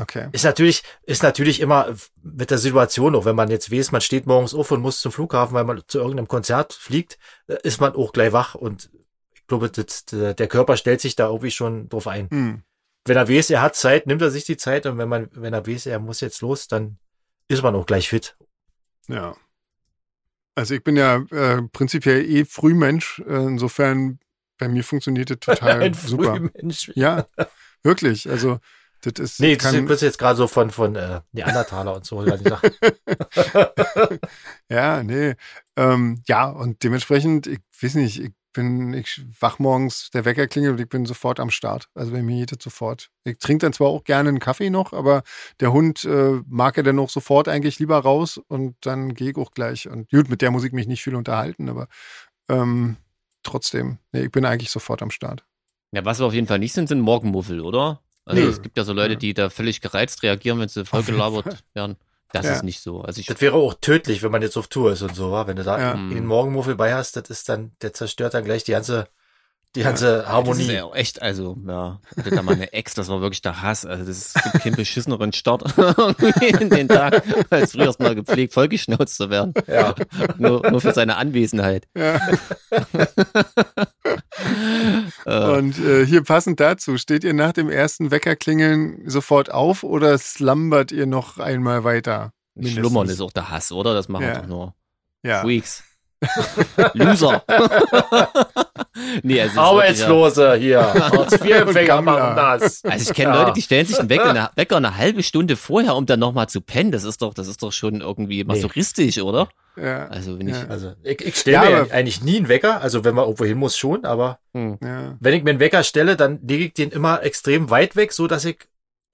Speaker 2: Okay.
Speaker 3: Ist natürlich, ist natürlich immer mit der Situation, auch wenn man jetzt weiß, man steht morgens auf und muss zum Flughafen, weil man zu irgendeinem Konzert fliegt, äh, ist man auch gleich wach und ich glaube, das, der der Körper stellt sich da irgendwie schon drauf ein.
Speaker 2: Hm.
Speaker 3: Wenn er weiß, er hat Zeit, nimmt er sich die Zeit und wenn man, wenn er weiß, er muss jetzt los, dann ist man auch gleich fit.
Speaker 2: Ja. Also ich bin ja äh, prinzipiell eh Frühmensch, äh, insofern bei mir funktioniert das total super.
Speaker 3: Mensch.
Speaker 2: Ja, wirklich. Also das ist
Speaker 3: Nee, das
Speaker 2: kann,
Speaker 3: ist jetzt gerade so von, von äh, Neandertaler und so. die Sachen.
Speaker 2: ne, Ja, nee. Ähm, ja, und dementsprechend, ich weiß nicht, ich bin, ich wach morgens, der Wecker klingelt und ich bin sofort am Start. Also bei mir geht das sofort. Ich trinke dann zwar auch gerne einen Kaffee noch, aber der Hund äh, mag er dann auch sofort eigentlich lieber raus und dann gehe ich auch gleich. Und gut, mit der Musik mich nicht viel unterhalten, aber ähm, trotzdem, nee, ich bin eigentlich sofort am Start.
Speaker 1: Ja, was wir auf jeden Fall nicht sind, sind Morgenmuffel, oder? Also
Speaker 2: Nee.
Speaker 1: es gibt ja so Leute, die da völlig gereizt reagieren, wenn sie
Speaker 2: jeden Fall.
Speaker 1: vollgelabert werden. Das
Speaker 2: Ja.
Speaker 1: ist nicht so. Also ich, hm,
Speaker 3: Das wäre auch tödlich, wenn man jetzt auf Tour ist und so, wa? wenn du da
Speaker 2: Ja.
Speaker 3: einen Morgenmuffel bei hast, das ist dann, der zerstört dann gleich die ganze, die
Speaker 2: Ja.
Speaker 3: ganze
Speaker 1: Das ist
Speaker 3: Harmonie.
Speaker 1: ja auch echt, also, ja, ich hatte da mal eine Ex, das war wirklich der Hass. Also, das ist, gibt keinen beschisseneren Start in den Tag, als früher mal gepflegt, vollgeschnauzt zu werden.
Speaker 3: Ja.
Speaker 1: Nur, nur für seine Anwesenheit.
Speaker 2: Ja.
Speaker 1: Äh,
Speaker 2: Und äh, hier passend dazu, steht ihr nach dem ersten Weckerklingeln sofort auf oder slumbert ihr noch einmal weiter? mindestens.
Speaker 1: Schlummern ist auch der Hass, oder? Das machen
Speaker 2: Ja.
Speaker 1: doch nur
Speaker 2: Ja.
Speaker 1: Freaks. Loser. nee, also, es ist wirklich, ja.
Speaker 3: Arbeitslose hier. Hartz-IV-Empfänger
Speaker 2: Gammler.
Speaker 3: machen das.
Speaker 1: Also ich kenne
Speaker 3: Ja.
Speaker 1: Leute, die stellen sich einen Wecker eine, Wecker eine halbe Stunde vorher, um dann nochmal zu pennen. Das ist doch, das ist doch schon irgendwie masochistisch, oder?
Speaker 2: Ja.
Speaker 1: Also wenn ich.
Speaker 2: Ja.
Speaker 3: Also ich, ich stelle
Speaker 2: Ja,
Speaker 3: mir
Speaker 2: aber-
Speaker 3: eigentlich nie einen Wecker, also wenn man irgendwo hin muss schon, aber
Speaker 1: Hm.
Speaker 2: Ja.
Speaker 3: wenn ich mir einen Wecker stelle, dann lege ich den immer extrem weit weg, so dass ich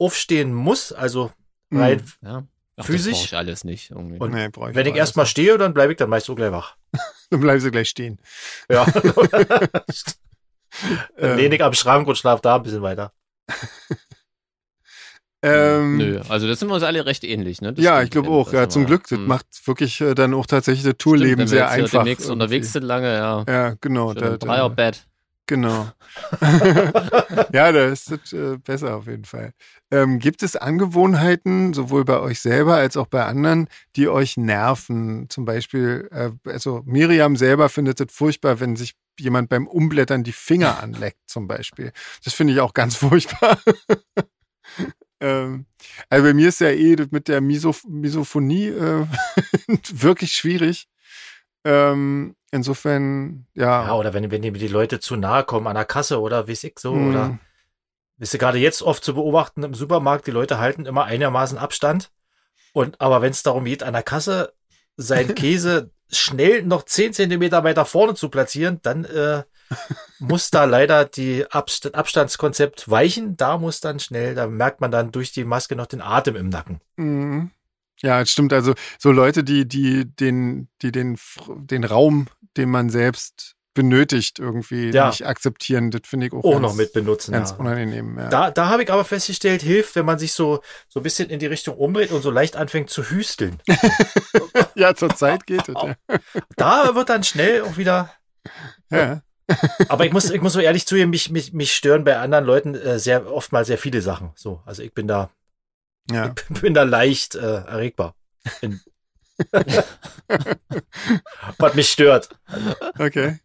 Speaker 3: aufstehen muss, also
Speaker 2: Mhm.
Speaker 3: rein.
Speaker 1: Ja. Ach,
Speaker 3: Physisch?
Speaker 1: Das brauche ich alles nicht. Irgendwie.
Speaker 3: Und
Speaker 2: Hm. Nee, brauch
Speaker 3: Wenn ich
Speaker 2: alles.
Speaker 3: erstmal stehe, dann bleibe ich dann meist so gleich wach.
Speaker 2: Dann bleiben sie gleich stehen.
Speaker 3: Ja.
Speaker 2: Ähm,
Speaker 3: dann lehne ich am Schrank und schlaf da ein bisschen weiter.
Speaker 2: ähm,
Speaker 1: Nö, also das sind wir uns alle recht ähnlich, ne? Das
Speaker 2: ja,
Speaker 1: stimmt
Speaker 2: ich glaube
Speaker 1: eben,
Speaker 2: auch. Ja,
Speaker 1: sind
Speaker 2: zum
Speaker 1: wir-
Speaker 2: Glück, das
Speaker 1: Hm.
Speaker 2: macht wirklich äh, dann auch tatsächlich das
Speaker 1: Stimmt,
Speaker 2: Tourleben
Speaker 1: wenn wir
Speaker 2: sehr
Speaker 1: jetzt hier
Speaker 2: einfach.
Speaker 1: demnächst
Speaker 2: irgendwie.
Speaker 1: unterwegs sind lange, ja.
Speaker 2: Ja, genau.
Speaker 1: Schön
Speaker 2: da-
Speaker 1: im
Speaker 2: da-
Speaker 1: Dreierbett.
Speaker 2: Genau. ja, da ist das äh, besser auf jeden Fall. Ähm, gibt es Angewohnheiten, sowohl bei euch selber als auch bei anderen, die euch nerven? Zum Beispiel, äh, also Miriam selber findet es furchtbar, wenn sich jemand beim Umblättern die Finger anleckt, zum Beispiel. Das finde ich auch ganz furchtbar. ähm, also bei mir ist ja eh das mit der Misoph Misophonie äh, wirklich schwierig. Ähm, insofern,
Speaker 3: Ja,
Speaker 2: ja.
Speaker 3: oder wenn, wenn dir die Leute zu nahe kommen an der Kasse oder wie ich so,
Speaker 2: Hm.
Speaker 3: oder bist du gerade jetzt oft zu beobachten im Supermarkt, die Leute halten immer einigermaßen Abstand. Und aber wenn es darum geht, an der Kasse seinen Käse schnell noch 10 Zentimeter weiter vorne zu platzieren, dann äh, muss da leider die Abst Abstandskonzept weichen. Da muss dann schnell, da merkt man dann durch die Maske noch den Atem im Nacken.
Speaker 2: Mhm. Ja, das stimmt. Also so Leute, die, die den, die den, F- den Raum, den man selbst benötigt, irgendwie
Speaker 3: Ja.
Speaker 2: nicht akzeptieren, das finde ich auch,
Speaker 3: Auch
Speaker 2: ganz,
Speaker 3: noch mit benutzen.
Speaker 2: ganz
Speaker 3: ja.
Speaker 2: unangenehm. Ja.
Speaker 3: Da, da habe ich aber festgestellt, hilft, wenn man sich so, so ein bisschen in die Richtung umdreht und so leicht anfängt zu hüsteln.
Speaker 2: ja, zur Zeit geht es.
Speaker 3: Au.
Speaker 2: Ja.
Speaker 3: Da wird dann schnell auch wieder.
Speaker 2: Ja.
Speaker 3: Aber ich muss, ich muss so ehrlich zugeben, mich, mich, mich stören bei anderen Leuten äh, sehr oft mal sehr viele Sachen. So, also ich bin da,
Speaker 2: Ja.
Speaker 3: bin da leicht äh, erregbar. In Was mich stört.
Speaker 2: Okay.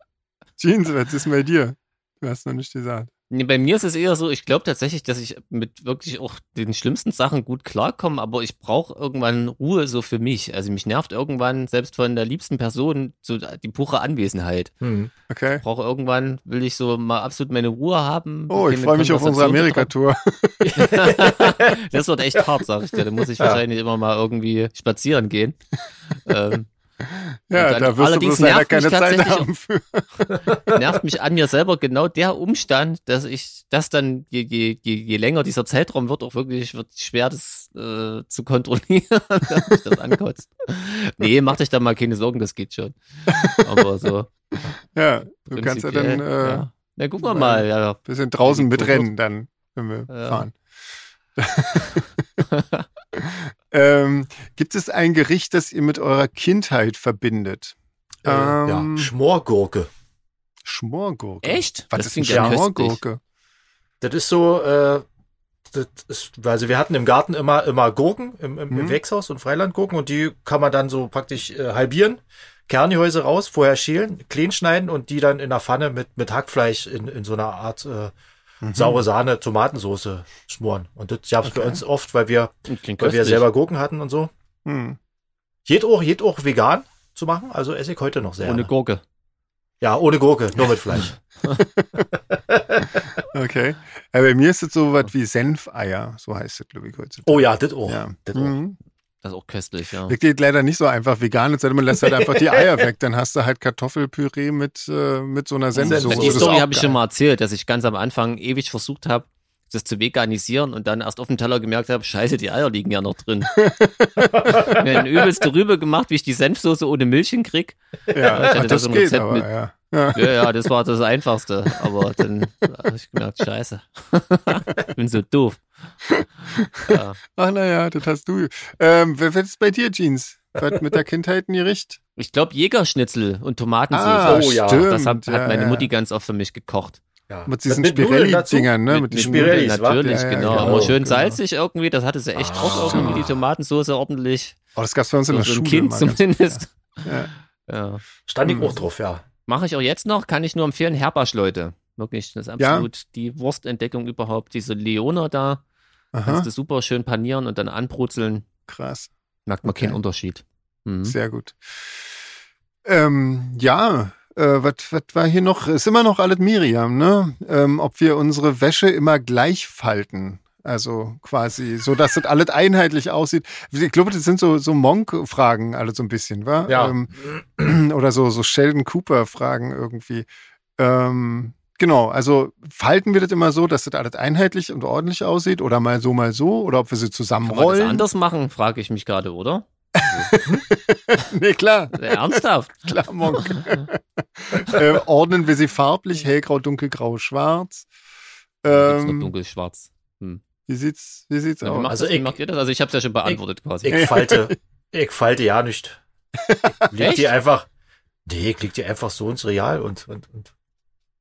Speaker 2: Jeans, was ist bei dir? Du hast noch nicht gesagt.
Speaker 1: Nee, bei mir ist es eher so, ich glaube tatsächlich, dass ich mit wirklich auch den schlimmsten Sachen gut klarkomme, aber ich brauche irgendwann Ruhe so für mich. Also mich nervt irgendwann, selbst von der liebsten Person, so die pure Anwesenheit.
Speaker 3: Hm.
Speaker 2: Okay.
Speaker 1: Brauche irgendwann, will ich so mal absolut meine Ruhe haben.
Speaker 2: Oh, ich
Speaker 1: keine
Speaker 2: freue mich auf unsere
Speaker 1: Konversation da
Speaker 2: Amerika-Tour.
Speaker 1: das wird echt hart, sag ich dir. Da muss ich
Speaker 3: Ja.
Speaker 1: wahrscheinlich immer mal irgendwie spazieren gehen. ähm,
Speaker 2: Ja,
Speaker 1: dann-
Speaker 2: da wirst du
Speaker 1: allerdings
Speaker 2: bloß leider
Speaker 1: nervt mich
Speaker 2: keine Zeit
Speaker 1: tatsächlich-
Speaker 2: haben für.
Speaker 1: nervt mich an mir selber genau der Umstand, dass ich das dann, je, je, je, je länger dieser Zeitraum wird, auch wirklich wird schwer, das äh, zu kontrollieren, dass mich das ankotzt. Nee, mach dich da mal keine Sorgen, das geht schon. Aber so.
Speaker 2: Ja, du kannst ja dann
Speaker 1: prinzipiell,
Speaker 2: äh,
Speaker 1: ja. Na, gucken wir mal. Ja,
Speaker 2: bisschen draußen
Speaker 1: Die Kurve.
Speaker 2: mitrennen, dann, wenn wir
Speaker 1: Ja.
Speaker 2: fahren. ähm, gibt es ein Gericht, das ihr mit eurer Kindheit verbindet?
Speaker 3: Äh, ja,
Speaker 2: Ähm,
Speaker 3: Schmorgurke.
Speaker 2: Schmorgurke.
Speaker 1: Echt?
Speaker 2: Was
Speaker 1: Das
Speaker 2: ist
Speaker 1: klingt
Speaker 2: eine
Speaker 1: ja köstlich.
Speaker 2: Schmorgurke?
Speaker 3: Das ist so, äh, das ist, also wir hatten im Garten immer, immer Gurken im, im, im
Speaker 2: Mhm.
Speaker 3: Wechshaus und Freilandgurken und die kann man dann so praktisch äh, halbieren, Kerngehäuse raus, vorher schälen, klein schneiden und die dann in der Pfanne mit, mit Hackfleisch in, in so einer Art äh,
Speaker 1: Mhm.
Speaker 3: saure Sahne Tomatensoße schmoren. Und das gab's bei
Speaker 2: Okay.
Speaker 3: uns oft, weil wir,
Speaker 1: Das klingt
Speaker 3: weil wir
Speaker 1: köstlich.
Speaker 3: selber Gurken hatten und so.
Speaker 2: Hm.
Speaker 3: Jed auch, jed auch vegan zu machen, also esse ich heute noch sehr.
Speaker 1: Ohne
Speaker 3: gerne.
Speaker 1: Gurke.
Speaker 3: ja, ohne Gurke, nur mit Fleisch.
Speaker 2: Okay. Äh, Ja, bei mir ist es so was wie Senfeier, so heißt es, glaube ich, heute.
Speaker 3: Oh ja, das auch.
Speaker 2: ja.
Speaker 3: Das auch.
Speaker 2: Mhm.
Speaker 1: Das ist auch köstlich, ja.
Speaker 2: Das geht leider nicht so einfach vegan, jetzt man lässt halt einfach die Eier weg. Dann hast du halt Kartoffelpüree mit, äh, mit so einer
Speaker 1: Die
Speaker 2: Senfsoße. Das ist
Speaker 1: Story
Speaker 2: auch
Speaker 1: habe ich
Speaker 2: geil.
Speaker 1: schon mal erzählt, dass ich ganz am Anfang ewig versucht habe, das zu veganisieren und dann erst auf dem Teller gemerkt habe, scheiße, die Eier liegen ja noch drin. Mir eine übelste Rübe gemacht, wie ich die Senfsoße ohne Milch hinkrieg. ich
Speaker 2: Ja,
Speaker 1: hatte da
Speaker 2: das
Speaker 1: so ein
Speaker 2: geht
Speaker 1: Rezept
Speaker 2: aber,
Speaker 1: mit-
Speaker 2: ja. ja.
Speaker 1: Ja, ja, das war das Einfachste. Aber dann habe ich gemerkt, scheiße. ich bin so doof. Ja.
Speaker 2: Ach naja, das hast du. Ähm, wer ist bei dir, Jeans? Was mit der Kindheit ein Gericht?
Speaker 1: Ich glaube, Jägerschnitzel und Tomatensoße.
Speaker 3: oh ja,
Speaker 1: das hat,
Speaker 2: ja,
Speaker 1: hat meine
Speaker 2: Ah, ja.
Speaker 1: Mutti ganz oft für mich gekocht.
Speaker 3: Ja.
Speaker 2: Mit diesen
Speaker 3: Nudeln
Speaker 2: Spirelli-Dingern, ne?
Speaker 1: Mit
Speaker 2: Mit
Speaker 3: den
Speaker 2: diesen
Speaker 3: Spirelli.
Speaker 2: Nudeln.
Speaker 3: Spirellis, wa?
Speaker 1: Natürlich,
Speaker 2: Ja, ja,
Speaker 1: genau.
Speaker 2: genau,
Speaker 1: Aber schön
Speaker 2: genau.
Speaker 1: salzig irgendwie, das hatte sie echt
Speaker 3: Ah.
Speaker 1: auch irgendwie, die Tomatensauce ordentlich.
Speaker 2: Oh, das gab es bei uns in
Speaker 1: So
Speaker 2: der
Speaker 1: für
Speaker 2: Schule.
Speaker 1: ein Kind
Speaker 2: mal ganz-
Speaker 1: zumindest.
Speaker 2: Ja.
Speaker 1: Ja.
Speaker 3: Stand ich
Speaker 1: Mhm.
Speaker 2: Hm.
Speaker 3: auch drauf, ja.
Speaker 1: Mache ich auch jetzt noch, kann ich nur empfehlen, Herbasch, Leute. Wirklich, das ist
Speaker 2: Ja.
Speaker 1: absolut die Wurstentdeckung überhaupt. Diese Leona da, kannst
Speaker 2: Aha,
Speaker 1: du super schön panieren und dann anbrutzeln.
Speaker 2: krass.
Speaker 1: Merkt man
Speaker 2: Okay.
Speaker 1: keinen Unterschied. Mhm.
Speaker 2: Sehr gut. Ähm, ja, äh, was was war hier noch? Ist immer noch alles Miriam, ne? Ähm, ob wir unsere Wäsche immer gleich falten. Also quasi, so dass das alles einheitlich aussieht. Ich glaube, das sind so, so Monk-Fragen alle so ein bisschen, wa?
Speaker 3: Ja.
Speaker 2: Ähm, oder so, so Sheldon Cooper-Fragen irgendwie. Ähm, genau, also falten wir das immer so, dass das alles einheitlich und ordentlich aussieht oder mal so, mal so oder ob wir sie
Speaker 1: Kann man das
Speaker 2: zusammenrollen.
Speaker 1: anders machen, frage ich mich gerade, oder?
Speaker 2: nee, klar.
Speaker 1: Ernsthaft?
Speaker 2: Klar, Monk. äh, ordnen wir sie farblich, hellgrau, dunkelgrau, schwarz.
Speaker 1: Jetzt noch
Speaker 2: Ähm,
Speaker 1: dunkelschwarz.
Speaker 2: wie sieht's, wie sieht's
Speaker 1: Ja, wie,
Speaker 2: aus?
Speaker 1: macht
Speaker 3: Also
Speaker 1: das,
Speaker 3: ich-
Speaker 1: wie macht ihr das? Also ich habe es ja schon beantwortet quasi.
Speaker 3: Ich falte, ich falte ja nicht. Ich leg
Speaker 1: Echt?
Speaker 3: die einfach, nee, ich leg die einfach so ins Real und, und, und.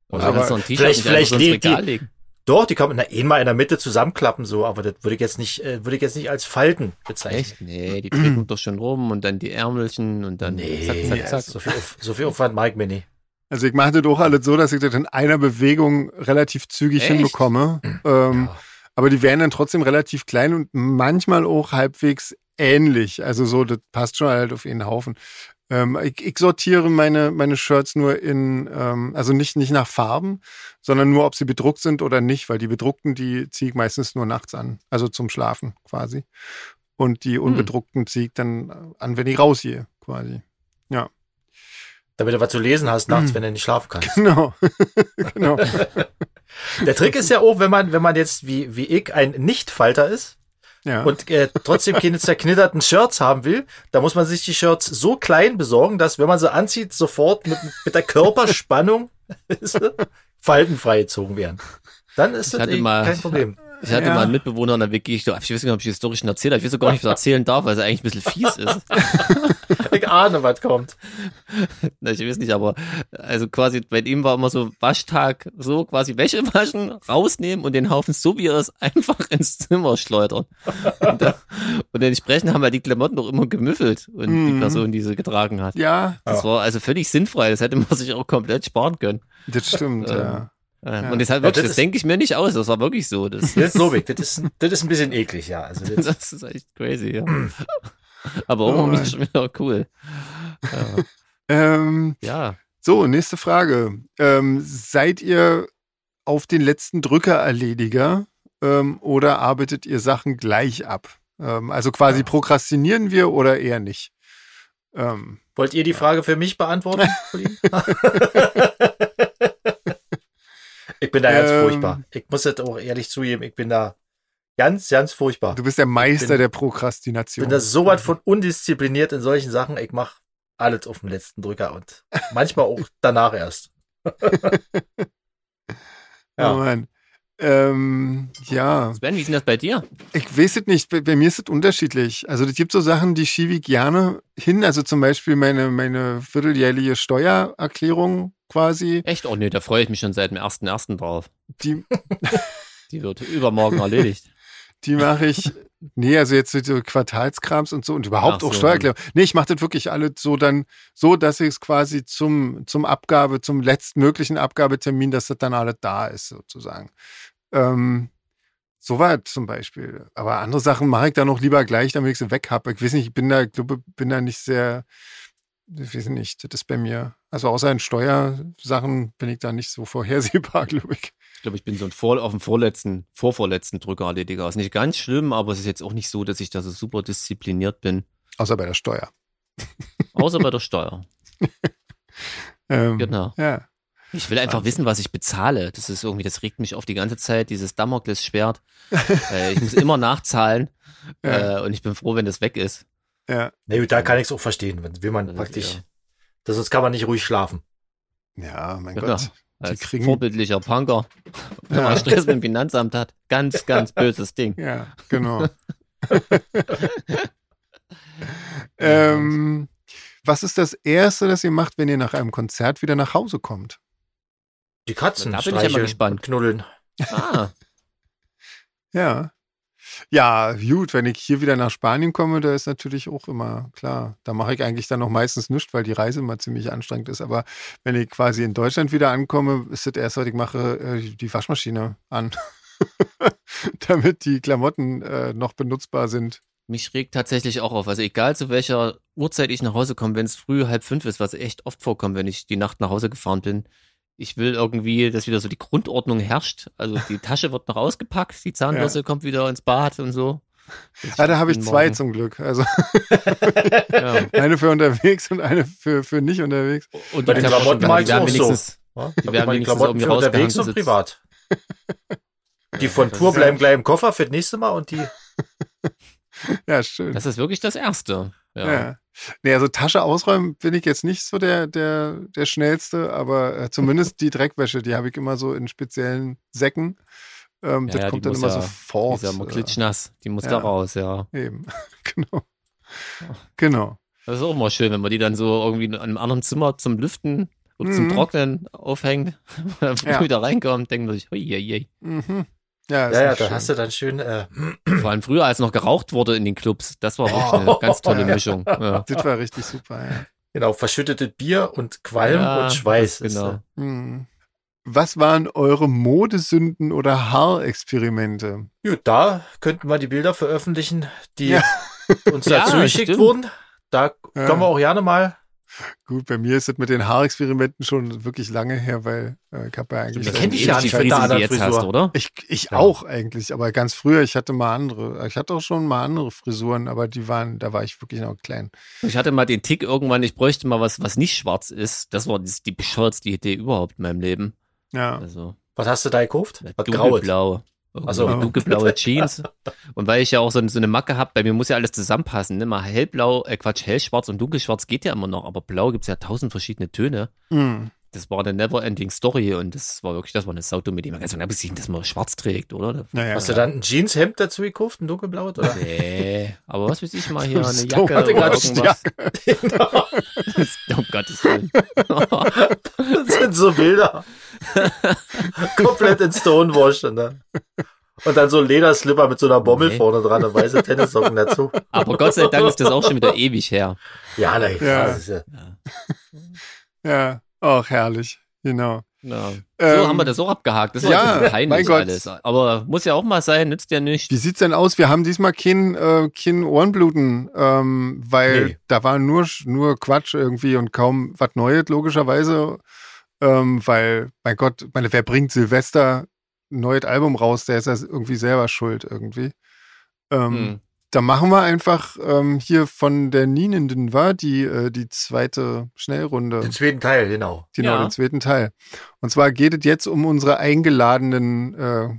Speaker 1: Oder
Speaker 2: Aber
Speaker 1: kannst du ein T-Shirt
Speaker 3: vielleicht-
Speaker 1: nicht
Speaker 3: vielleicht
Speaker 1: einfach so ins
Speaker 3: liegt die-
Speaker 1: Regal legen?
Speaker 3: Doch, die kann man na, eh mal in der Mitte zusammenklappen, so, aber das würde ich jetzt nicht, äh, würde ich jetzt nicht als Falten bezeichnen.
Speaker 1: Echt? Nee, die treten doch schon rum und dann die Ärmelchen und dann
Speaker 3: Nee, also,
Speaker 1: zack, zack,
Speaker 3: So,
Speaker 1: zack.
Speaker 3: viel, Auf- so viel Aufwand mag ich mir nicht.
Speaker 2: Also ich mache das auch alles so, dass ich das in einer Bewegung relativ zügig
Speaker 1: Echt?
Speaker 2: hinbekomme. Ähm,
Speaker 3: Ja.
Speaker 2: Aber die werden dann trotzdem relativ klein und manchmal auch halbwegs ähnlich. Also so, das passt schon halt auf einen Haufen. Ähm, ich, ich sortiere meine, meine Shirts nur in, ähm, also nicht, nicht nach Farben, sondern nur, ob sie bedruckt sind oder nicht, weil die bedruckten, die ziehe ich meistens nur nachts an, also zum Schlafen quasi. Und
Speaker 3: Hm.
Speaker 2: die unbedruckten ziehe ich dann an, wenn ich rausgehe, quasi.
Speaker 3: Damit du was zu lesen hast nachts,
Speaker 2: Mhm.
Speaker 3: wenn du nicht schlafen kannst.
Speaker 2: Genau. genau.
Speaker 3: Der Trick ist ja auch, wenn man, wenn man jetzt wie, wie ich ein Nicht-Falter ist
Speaker 2: Ja.
Speaker 3: und äh, trotzdem keine zerknitterten Shirts haben will, da muss man sich die Shirts so klein besorgen, dass wenn man sie anzieht, sofort mit, mit der Körperspannung faltenfrei gezogen werden. Dann ist das
Speaker 1: hatte
Speaker 3: eh
Speaker 1: mal-
Speaker 3: kein Problem.
Speaker 1: Ich hatte
Speaker 2: Ja.
Speaker 1: mal einen Mitbewohner in der WG, ich, glaub, ich weiß gar nicht, ob ich die Story schon erzählt habe, ich weiß auch gar nicht, was ich erzählen darf, weil es eigentlich ein bisschen fies ist.
Speaker 3: Ich ahne, was kommt.
Speaker 1: Na, ich weiß nicht, aber also quasi bei ihm war immer so Waschtag, so quasi Wäsche waschen, rausnehmen und den Haufen, so wie er ist, einfach ins Zimmer schleudern. Und, da, und entsprechend haben wir die Klamotten doch immer gemüffelt und die
Speaker 2: Mhm.
Speaker 1: Person, die sie getragen hat.
Speaker 2: ja,
Speaker 1: Das war also völlig sinnfrei, das hätte man sich auch komplett sparen können.
Speaker 2: das stimmt.
Speaker 1: Ähm,
Speaker 2: ja.
Speaker 1: Ja.
Speaker 2: Ja.
Speaker 1: Und deshalb
Speaker 3: Ja,
Speaker 1: wirklich,
Speaker 3: das
Speaker 1: das
Speaker 3: ist-
Speaker 1: denke ich mir nicht aus, das war wirklich so. Das,
Speaker 3: Das glaube ich. Das ist, das ist ein bisschen eklig, ja. Also das,
Speaker 1: das ist echt crazy, ja. Aber auch
Speaker 2: Alright.
Speaker 1: irgendwie schon wieder cool. Ja.
Speaker 2: Ähm,
Speaker 1: ja.
Speaker 2: So, nächste Frage. Ähm, seid ihr auf den letzten Drückererlediger ähm, oder arbeitet ihr Sachen gleich ab? Ähm, also quasi
Speaker 3: Ja.
Speaker 2: prokrastinieren wir oder eher nicht? Ähm,
Speaker 3: wollt ihr die Frage für mich beantworten? Kollegen? ich bin da ganz
Speaker 2: Ähm.
Speaker 3: furchtbar. Ich muss das auch ehrlich zugeben. Ich bin da ganz, ganz furchtbar.
Speaker 2: du bist der Meister
Speaker 3: bin-
Speaker 2: der
Speaker 3: Ich
Speaker 2: Prokrastination.
Speaker 3: bin da so weit von undiszipliniert in solchen Sachen. Ich mache alles auf den letzten Drücker und manchmal auch danach erst.
Speaker 2: ja.
Speaker 3: ja.
Speaker 2: Oh Mann. Ähm, ja,
Speaker 1: Sven, Also wie ist denn das bei dir?
Speaker 2: ich weiß es nicht. Bei, bei mir ist es unterschiedlich. Also es gibt so Sachen, die schiebe ich gerne hin. Also zum Beispiel meine, meine vierteljährliche Steuererklärung quasi.
Speaker 1: Echt? Oh nee, da freue ich mich schon seit dem 1.1. drauf.
Speaker 2: Die
Speaker 1: Die wird übermorgen erledigt.
Speaker 2: Die mache ich. Nee, also jetzt so Quartalskrams und so und überhaupt
Speaker 1: Ach
Speaker 2: auch
Speaker 1: so,
Speaker 2: Steuererklärung. Nee, ich mache das wirklich alles so dann, so dass ich es quasi zum, zum Abgabe, zum letztmöglichen Abgabetermin, dass das dann alles da ist, sozusagen. Ähm, Soweit zum Beispiel. Aber andere Sachen mache ich dann noch lieber gleich, damit ich sie weg habe. Ich weiß nicht, ich bin da, ich glaube, bin da nicht sehr, ich weiß nicht, das ist bei mir. Also außer in Steuersachen bin ich da nicht so vorhersehbar, glaube ich.
Speaker 1: Ich glaube, ich bin so ein Vor auf dem vorletzten, vorvorletzten Drücker Lediger. Ist nicht ganz schlimm, aber es ist jetzt auch nicht so, dass ich da so super diszipliniert bin.
Speaker 2: Außer bei der Steuer.
Speaker 1: Außer bei der Steuer.
Speaker 2: Ähm,
Speaker 1: Genau.
Speaker 2: Ja.
Speaker 1: Ich will einfach wissen, was ich bezahle. Das ist irgendwie, das regt mich auf die ganze Zeit, dieses Damoklesschwert. äh, ich muss immer nachzahlen.
Speaker 2: Ja.
Speaker 1: Äh, und ich bin froh, wenn das weg ist.
Speaker 2: Ja.
Speaker 3: Na gut, da kann ich es auch verstehen, wenn, wenn man
Speaker 1: Das ist
Speaker 3: praktisch,
Speaker 1: eher-
Speaker 3: das, sonst kann man nicht ruhig schlafen.
Speaker 2: Ja, mein
Speaker 1: Genau.
Speaker 2: Gott.
Speaker 1: Als
Speaker 2: kriegen-
Speaker 1: vorbildlicher Punker, wenn man Stress mit dem Finanzamt hat. Ganz, ganz böses Ding.
Speaker 2: Ja, genau. ähm, was ist das Erste, das ihr macht, wenn ihr nach einem Konzert wieder nach Hause kommt?
Speaker 3: Die Katzen
Speaker 1: Da bin ich ja mal
Speaker 3: streicheln
Speaker 1: gespannt.
Speaker 3: und knuddeln. ne?
Speaker 1: Ah,
Speaker 2: Ja. Ja, gut, wenn ich hier wieder nach Spanien komme, da ist natürlich auch immer klar. Da mache ich eigentlich dann noch meistens nichts, weil die Reise immer ziemlich anstrengend ist. Aber wenn ich quasi in Deutschland wieder ankomme, ist das erste, was ich mache, äh, die Waschmaschine an. Damit die Klamotten äh, noch benutzbar sind.
Speaker 1: mich regt tatsächlich auch auf. Also egal zu welcher Uhrzeit ich nach Hause komme, wenn es früh halb fünf ist, was echt oft vorkommt, wenn ich die Nacht nach Hause gefahren bin. Ich will irgendwie, dass wieder so die Grundordnung herrscht. Also die Tasche wird noch ausgepackt, die Zahnbürste kommt wieder ins Bad und so.
Speaker 2: Ah, da habe ich
Speaker 1: Guten
Speaker 2: zwei
Speaker 1: Morgen.
Speaker 2: zum Glück. Also
Speaker 1: Ja.
Speaker 2: eine für unterwegs und eine für, für nicht unterwegs.
Speaker 1: Und
Speaker 3: Bei den Klamotten
Speaker 1: die
Speaker 3: mag's
Speaker 1: werden
Speaker 3: auch so.
Speaker 1: wenigstens-
Speaker 3: Ja?
Speaker 1: Die werden wenigstens irgendwie
Speaker 3: für
Speaker 1: rausgehangen,
Speaker 3: unterwegs und
Speaker 1: das-
Speaker 3: privat. Die von
Speaker 1: das
Speaker 3: Tour
Speaker 1: ist-
Speaker 3: bleiben gleich im Koffer für das nächste Mal und die,
Speaker 2: Ja, schön.
Speaker 1: Das ist wirklich das Erste. Ja.
Speaker 2: Ja. Nee, also Tasche ausräumen bin ich jetzt nicht so der, der, der schnellste, aber äh, zumindest die Dreckwäsche, die habe ich immer so in speziellen Säcken. Ähm,
Speaker 1: Ja,
Speaker 2: das
Speaker 1: ja,
Speaker 2: kommt
Speaker 1: die muss
Speaker 2: dann immer
Speaker 1: ja- Die
Speaker 2: sofort.
Speaker 1: ist ja mal
Speaker 2: äh,
Speaker 1: klitschnass. Die muss
Speaker 2: Ja.
Speaker 1: da raus, ja.
Speaker 2: eben. genau.
Speaker 1: Oh.
Speaker 2: Genau.
Speaker 1: Das ist auch mal schön, wenn man die dann so irgendwie in einem anderen Zimmer zum Lüften oder zum
Speaker 2: Mhm.
Speaker 1: Trocknen aufhängt. Wenn
Speaker 2: Ja.
Speaker 1: man wieder reinkommt, denkt man sich, hui, hui, hui.
Speaker 2: Mhm. Ja, ist
Speaker 3: ja, ja,
Speaker 2: nicht
Speaker 3: da
Speaker 2: schön.
Speaker 3: hast du dann schön, äh,
Speaker 1: Vor allem früher, als noch geraucht wurde in den Clubs. Das war wirklich eine ganz tolle Mischung. Ja.
Speaker 2: Das war richtig super, ja.
Speaker 3: genau, verschüttetes Bier und Qualm
Speaker 1: Ja,
Speaker 3: und Schweiß. ist,
Speaker 1: Genau.
Speaker 3: äh,
Speaker 2: Mhm. Was waren eure Modesünden oder Haarexperimente?
Speaker 3: Gut, da könnten wir die Bilder veröffentlichen, die
Speaker 2: Ja.
Speaker 3: uns
Speaker 1: Ja,
Speaker 3: dazu geschickt
Speaker 1: stimmt.
Speaker 3: wurden. Da
Speaker 2: Ja.
Speaker 3: können wir auch gerne mal.
Speaker 2: Gut, bei mir ist das mit den Haarexperimenten schon wirklich lange her, weil äh, ich habe ja eigentlich.
Speaker 3: Das
Speaker 2: seit-
Speaker 3: kenn ich ja
Speaker 1: die
Speaker 3: nicht von der
Speaker 1: Frise, die du
Speaker 3: anderen
Speaker 1: jetzt
Speaker 3: Frisur.
Speaker 1: hast, oder?
Speaker 2: Ich, ich
Speaker 3: Ja.
Speaker 2: auch eigentlich, aber ganz früher, ich hatte mal andere, ich hatte auch schon mal andere Frisuren, aber die waren, da war ich wirklich noch klein.
Speaker 1: Ich hatte mal den Tick irgendwann, ich bräuchte mal was, was nicht schwarz ist. Das war die, die bescheuertste Idee überhaupt in meinem Leben.
Speaker 2: Ja.
Speaker 1: Also,
Speaker 3: Was hast du da gekauft? Was Graues.
Speaker 1: dunkelblaue.
Speaker 3: Ach so.
Speaker 1: Also dunkelblaue Jeans. Und weil ich ja auch so, so eine Macke habe, bei mir muss ja alles zusammenpassen. Ne? Mal hellblau, äh Quatsch, hellschwarz und dunkelschwarz geht ja immer noch, aber blau gibt's ja tausend verschiedene Töne.
Speaker 2: Mhm.
Speaker 1: Das war eine Never-Ending Story und das war wirklich, das war eine Sauto, mit dem man ganz genau besiegen, dass man schwarz trägt, oder?
Speaker 2: Naja.
Speaker 3: Hast du dann ein Jeanshemd dazu gekauft, ein dunkelblaues? Oder?
Speaker 1: Nee, aber was weiß ich mal hier, eine
Speaker 2: Stone
Speaker 1: Jacke oder
Speaker 3: Wars
Speaker 1: irgendwas.
Speaker 3: genau.
Speaker 1: um Gottes Willen.
Speaker 3: Das sind so Bilder. Komplett in Stonewash. Ne? Und dann so ein Lederslipper mit so einer Bommel
Speaker 1: Nee.
Speaker 3: vorne dran und weiße Tennissocken dazu.
Speaker 1: aber Gott sei Dank ist das auch schon wieder ewig her.
Speaker 3: Ja, na,
Speaker 2: Ja.
Speaker 3: Das ist ja.
Speaker 2: Ja, auch herrlich, genau.
Speaker 1: Ja. So
Speaker 2: Ähm,
Speaker 1: haben wir das auch abgehakt. Das war
Speaker 2: ja,
Speaker 1: ja, peinlich
Speaker 2: mein Gott.
Speaker 1: alles. Aber muss ja auch mal sein, nützt ja nicht.
Speaker 2: Wie sieht's denn aus? Wir haben diesmal kein, äh, kein Ohrenbluten, ähm, weil
Speaker 3: Nee.
Speaker 2: da war nur, Sch- nur Quatsch irgendwie und kaum was Neues, logischerweise. Ähm, weil, mein Gott, meine, wer bringt Silvester ein neues Album raus? Der ist ja irgendwie selber schuld irgendwie. Ähm,
Speaker 1: Hm.
Speaker 2: Da machen wir einfach ähm, hier von der Nienenden war die, äh, die zweite Schnellrunde,
Speaker 3: Den zweiten Teil, genau.
Speaker 2: genau,
Speaker 1: Ja.
Speaker 2: den zweiten Teil. Und zwar geht es jetzt um unsere eingeladenen äh,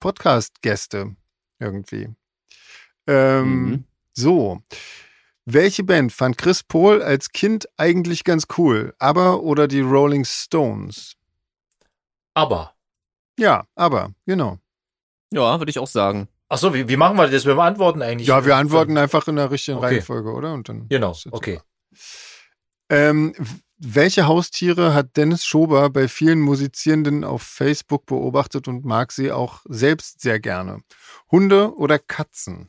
Speaker 2: Podcast-Gäste irgendwie. Ähm,
Speaker 1: Mhm.
Speaker 2: So. Welche Band fand Chris Pohl als Kind eigentlich ganz cool? Aber oder die Rolling Stones?
Speaker 3: Aber.
Speaker 2: Ja, aber, genau.
Speaker 1: Ja, würde ich auch sagen.
Speaker 3: Ach so, wie, wie machen wir das mit dem Antworten eigentlich?
Speaker 2: Ja, wir antworten einfach in der richtigen
Speaker 3: Okay.
Speaker 2: Reihenfolge, oder? Und dann
Speaker 3: Genau,
Speaker 2: ist das
Speaker 3: okay.
Speaker 2: Ähm, w- welche Haustiere hat Dennis Schober bei vielen Musizierenden auf Facebook beobachtet und mag sie auch selbst sehr gerne? Hunde oder Katzen?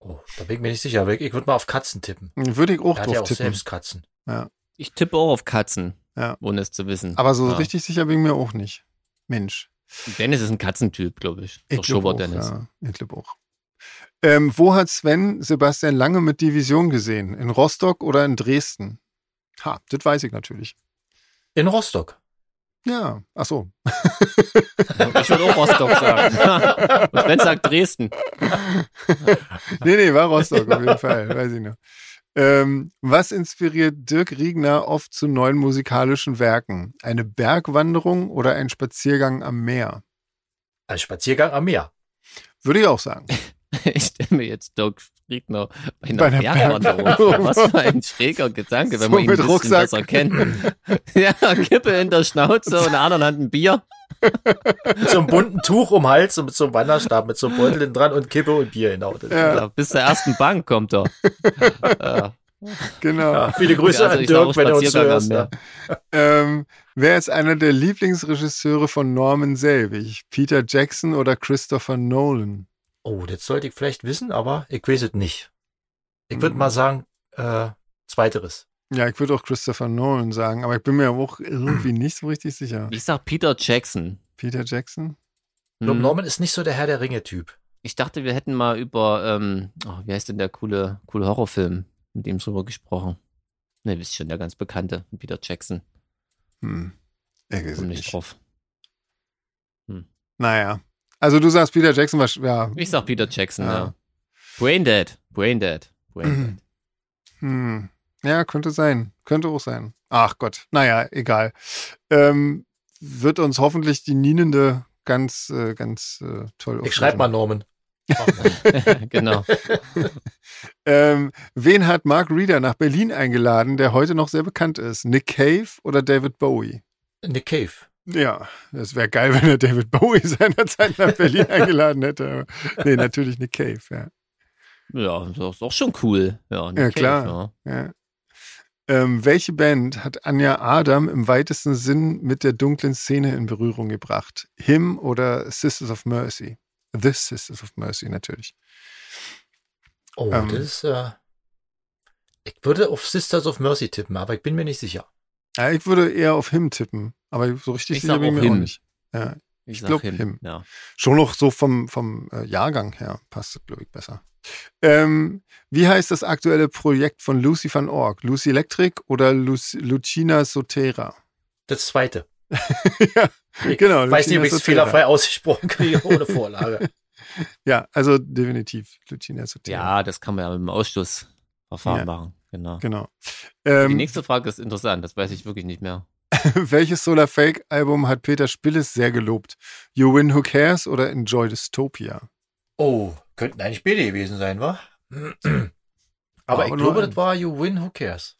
Speaker 3: Oh, da bin ich mir nicht sicher. aber Ich, ich würde mal auf Katzen tippen.
Speaker 2: Hm, Würde ich auch
Speaker 3: Er hat
Speaker 2: drauf
Speaker 3: ja auch
Speaker 2: tippen.
Speaker 3: selbst Katzen.
Speaker 1: Ich tippe auch auf Katzen,
Speaker 2: Ja.
Speaker 1: ohne es zu wissen.
Speaker 2: Aber so
Speaker 1: Ja.
Speaker 2: richtig sicher bin ich mir auch nicht. Mensch.
Speaker 1: Dennis ist ein Katzentyp, glaube ich.
Speaker 2: Ich
Speaker 1: Doch
Speaker 2: glaub
Speaker 1: Schubert
Speaker 2: auch,
Speaker 1: Dennis.
Speaker 2: Ja, ich glaub auch. Ähm, wo hat Sven Sebastian Lange mit Division gesehen? In Rostock oder in Dresden? Ha, das weiß ich natürlich.
Speaker 3: In Rostock.
Speaker 2: Ja, ach so.
Speaker 1: Ich würde auch Rostock sagen. Und Ben sagt Dresden.
Speaker 2: Nee, nee, war Rostock auf jeden Fall, weiß ich noch. Ähm, was inspiriert Dirk Riegner oft zu neuen musikalischen Werken? Eine Bergwanderung oder ein Spaziergang am Meer?
Speaker 3: Ein Spaziergang am Meer.
Speaker 2: Würde ich auch sagen.
Speaker 1: Ich stelle mir jetzt Dirk Riegner bei einer
Speaker 2: Bei einer
Speaker 1: Bergwanderung vor.
Speaker 2: Bergwanderung.
Speaker 1: Was für ein schräger Gedanke, wenn
Speaker 2: So
Speaker 1: man ihn ein
Speaker 2: mit
Speaker 1: bisschen
Speaker 2: Rucksack.
Speaker 1: besser kennt. Ja, Kippe in der Schnauze und in der anderen Hand ein Bier.
Speaker 3: Mit so einem bunten Tuch um den Hals und mit so einem Wanderstab, mit so einem Beutel hinten dran und Kippe und Bier genau. Das-
Speaker 2: Ja.
Speaker 1: Ja, bis zur ersten Bank kommt er. Äh, Ja.
Speaker 2: Genau.
Speaker 3: Ja, viele Grüße
Speaker 1: Also
Speaker 3: an
Speaker 1: ich sag auch
Speaker 3: Dirk, wenn er uns ne?
Speaker 1: Spaziergang am
Speaker 3: zuhörst.
Speaker 1: Meer.
Speaker 3: Ja.
Speaker 2: Ähm, wer ist einer der Lieblingsregisseure von Norman Selvig? Peter Jackson oder Christopher Nolan?
Speaker 3: Oh, das sollte ich vielleicht wissen, aber ich weiß es nicht. Ich würde mal sagen, äh, zweiteres.
Speaker 2: Ja, ich würde auch Christopher Nolan sagen, aber ich bin mir auch irgendwie nicht so richtig sicher.
Speaker 1: Ich sag Peter Jackson.
Speaker 2: Peter Jackson?
Speaker 3: Ich glaub,
Speaker 1: Hm.
Speaker 3: Norman ist nicht so der Herr der Ringe-Typ.
Speaker 1: Ich dachte, wir hätten mal über, ähm, oh, wie heißt denn der coole, coole Horrorfilm, mit dem drüber gesprochen. Ne, wisst schon, der ganz bekannte, mit Peter Jackson.
Speaker 2: Hm. Ich weiß es
Speaker 1: Komm nicht
Speaker 2: nicht.
Speaker 1: drauf.
Speaker 2: Naja. Also du sagst Peter Jackson war sch- ja.
Speaker 1: Ich sag Peter Jackson,
Speaker 2: Ja.
Speaker 1: ja. Braindead, Braindead, Braindead.
Speaker 2: Hm. Ja, könnte sein. Könnte auch sein. Ach Gott. Naja, egal. Ähm, wird uns hoffentlich die Nienende ganz, äh, ganz äh, toll
Speaker 3: Ich schreibe mal Norman.
Speaker 1: genau.
Speaker 2: Ähm, wen hat Mark Reeder nach Berlin eingeladen, der heute noch sehr bekannt ist? Nick Cave oder David Bowie?
Speaker 3: Nick Cave.
Speaker 2: Ja, es wäre geil, wenn er David Bowie seinerzeit nach Berlin eingeladen hätte. Aber nee, natürlich Nick Cave, ja.
Speaker 1: Ja, das ist auch schon cool. Ja,
Speaker 2: Ja, klar. ja. Ähm, welche Band hat Anja Adam im weitesten Sinn mit der dunklen Szene in Berührung gebracht? Him oder Sisters of Mercy? The Sisters of Mercy natürlich.
Speaker 3: Oh,
Speaker 2: Ähm.
Speaker 3: das ist. Äh, ich würde auf Sisters of Mercy tippen, aber ich bin mir nicht sicher.
Speaker 2: Ja, ich würde eher auf Him tippen, aber so richtig
Speaker 1: Ich sag
Speaker 2: sicher bin ich
Speaker 1: auch
Speaker 2: mir auch
Speaker 1: Him.
Speaker 2: nicht. Ja,
Speaker 1: Ich
Speaker 2: glaub,
Speaker 1: sag hin.
Speaker 2: Him.
Speaker 1: Ja.
Speaker 2: Schon noch so vom, vom äh, Jahrgang her passt es, glaube ich, besser. Ähm, wie heißt das aktuelle Projekt von Lucy van Org? Lucy Electric oder Luc Lucina Sotera?
Speaker 3: Das zweite.
Speaker 2: Ja,
Speaker 3: ich
Speaker 2: genau,
Speaker 3: Weiß nicht,
Speaker 2: Lucina
Speaker 3: ob ich es
Speaker 2: Sotera.
Speaker 3: fehlerfrei ausgesprochen kriege ohne Vorlage.
Speaker 2: Ja, also definitiv Lucina Sotera.
Speaker 1: ja, das kann man ja mit dem Ausschlussverfahren
Speaker 2: Ja.
Speaker 1: machen. Genau.
Speaker 2: Genau.
Speaker 1: Die
Speaker 2: Ähm,
Speaker 1: nächste Frage ist interessant, das weiß ich wirklich nicht mehr.
Speaker 2: welches Solar Fake Album hat Peter Spilles sehr gelobt? You Win Who Cares oder Enjoy Dystopia?
Speaker 3: Oh, könnten eigentlich beide gewesen sein, wa? aber ich
Speaker 2: nur
Speaker 3: glaube,
Speaker 2: ein.
Speaker 3: das war You Win, Who Cares.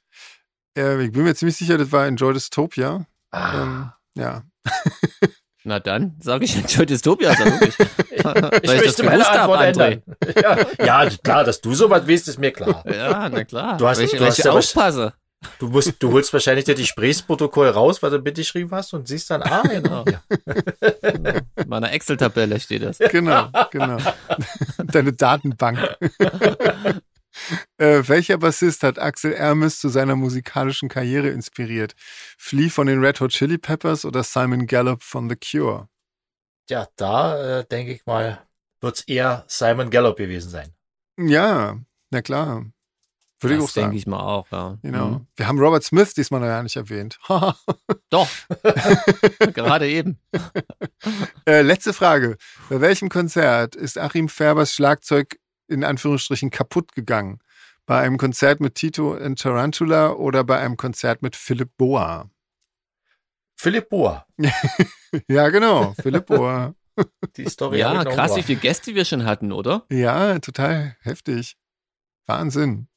Speaker 2: Äh, ich bin mir ziemlich sicher, das war Enjoy Dystopia.
Speaker 3: Ah,
Speaker 2: Ähm, ja,
Speaker 1: Na dann, sage ich Joy Dystopia, sag wirklich. Weil
Speaker 3: ich möchte meine
Speaker 1: gewusst hab,
Speaker 3: Antwort
Speaker 1: André.
Speaker 3: ändern. ja, ja, klar, dass du sowas weißt, ist mir klar.
Speaker 1: Ja, na klar.
Speaker 3: Du hast-
Speaker 1: weil ich,
Speaker 3: du
Speaker 1: weil
Speaker 3: hast
Speaker 1: ich
Speaker 3: ja was-
Speaker 1: aufpasse.
Speaker 3: Du, musst, du holst wahrscheinlich das Gesprächsprotokoll raus, was du mitgeschrieben hast und siehst dann, ah, genau. Ja.
Speaker 1: In meiner Excel-Tabelle steht das.
Speaker 2: Genau, genau. Deine Datenbank. äh, welcher Bassist hat Axel Ermes zu seiner musikalischen Karriere inspiriert? Flea von den Red Hot Chili Peppers oder Simon Gallup von The Cure?
Speaker 3: Ja, da äh, denke ich mal, wird's eher Simon Gallup gewesen sein.
Speaker 2: Ja, na klar. Würde ich auch
Speaker 1: das denke
Speaker 2: sagen.
Speaker 1: ich mal auch, ja.
Speaker 2: Genau.
Speaker 1: Mhm.
Speaker 2: Wir haben Robert Smith diesmal noch gar nicht erwähnt.
Speaker 1: Doch. Gerade eben.
Speaker 2: äh, letzte Frage. Bei welchem Konzert ist Achim Färbers Schlagzeug in Anführungsstrichen kaputt gegangen? Bei einem Konzert mit Tito in Tarantula oder bei einem Konzert mit Philipp Boa?
Speaker 3: Philipp Bohr.
Speaker 2: Ja, genau, Philipp Bohr.
Speaker 3: Die Story hab
Speaker 1: Ja,
Speaker 3: ich noch
Speaker 1: krass, wie
Speaker 3: im Ohr.
Speaker 1: viele Gäste wir schon hatten, oder?
Speaker 2: Ja, total heftig. Wahnsinn.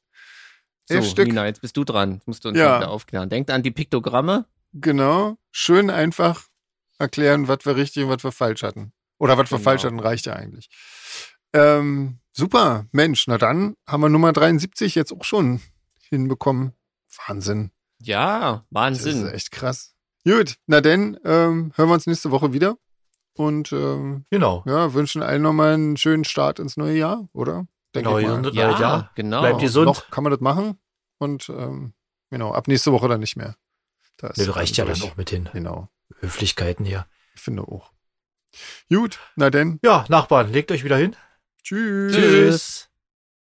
Speaker 1: So,
Speaker 2: Elf Stück,
Speaker 1: Nina, jetzt bist du dran. Jetzt musst du uns
Speaker 2: Ja.
Speaker 1: wieder aufklären. Denkt an die Piktogramme.
Speaker 2: genau. Schön einfach erklären, was wir richtig und was wir falsch hatten. Oder was wir
Speaker 1: Genau.
Speaker 2: falsch hatten, reicht ja eigentlich. Ähm, super, Mensch, na dann haben wir Nummer 73 jetzt auch schon hinbekommen. Wahnsinn.
Speaker 1: Ja,
Speaker 2: Das
Speaker 1: Wahnsinn.
Speaker 2: ist echt krass. Gut, na denn, ähm, hören wir uns nächste Woche wieder. Und ähm,
Speaker 3: Genau.
Speaker 2: ja, wünschen allen nochmal einen schönen Start ins neue Jahr, oder? Denke
Speaker 3: Genau,
Speaker 2: ich mal.
Speaker 3: und das
Speaker 1: ja,
Speaker 3: neue Jahr.
Speaker 1: genau.
Speaker 3: Bleibt
Speaker 2: Genau,
Speaker 3: gesund.
Speaker 2: Noch kann man das machen und ähm, genau, ab nächste Woche dann nicht mehr. Da ist
Speaker 3: Nee, Das reicht ja dann
Speaker 2: durch.
Speaker 3: auch mit den
Speaker 2: Genau,
Speaker 3: Höflichkeiten hier.
Speaker 2: ich finde auch. Gut, na denn,
Speaker 3: Ja, Nachbarn, legt euch wieder hin.
Speaker 2: tschüss.
Speaker 1: Tschüss.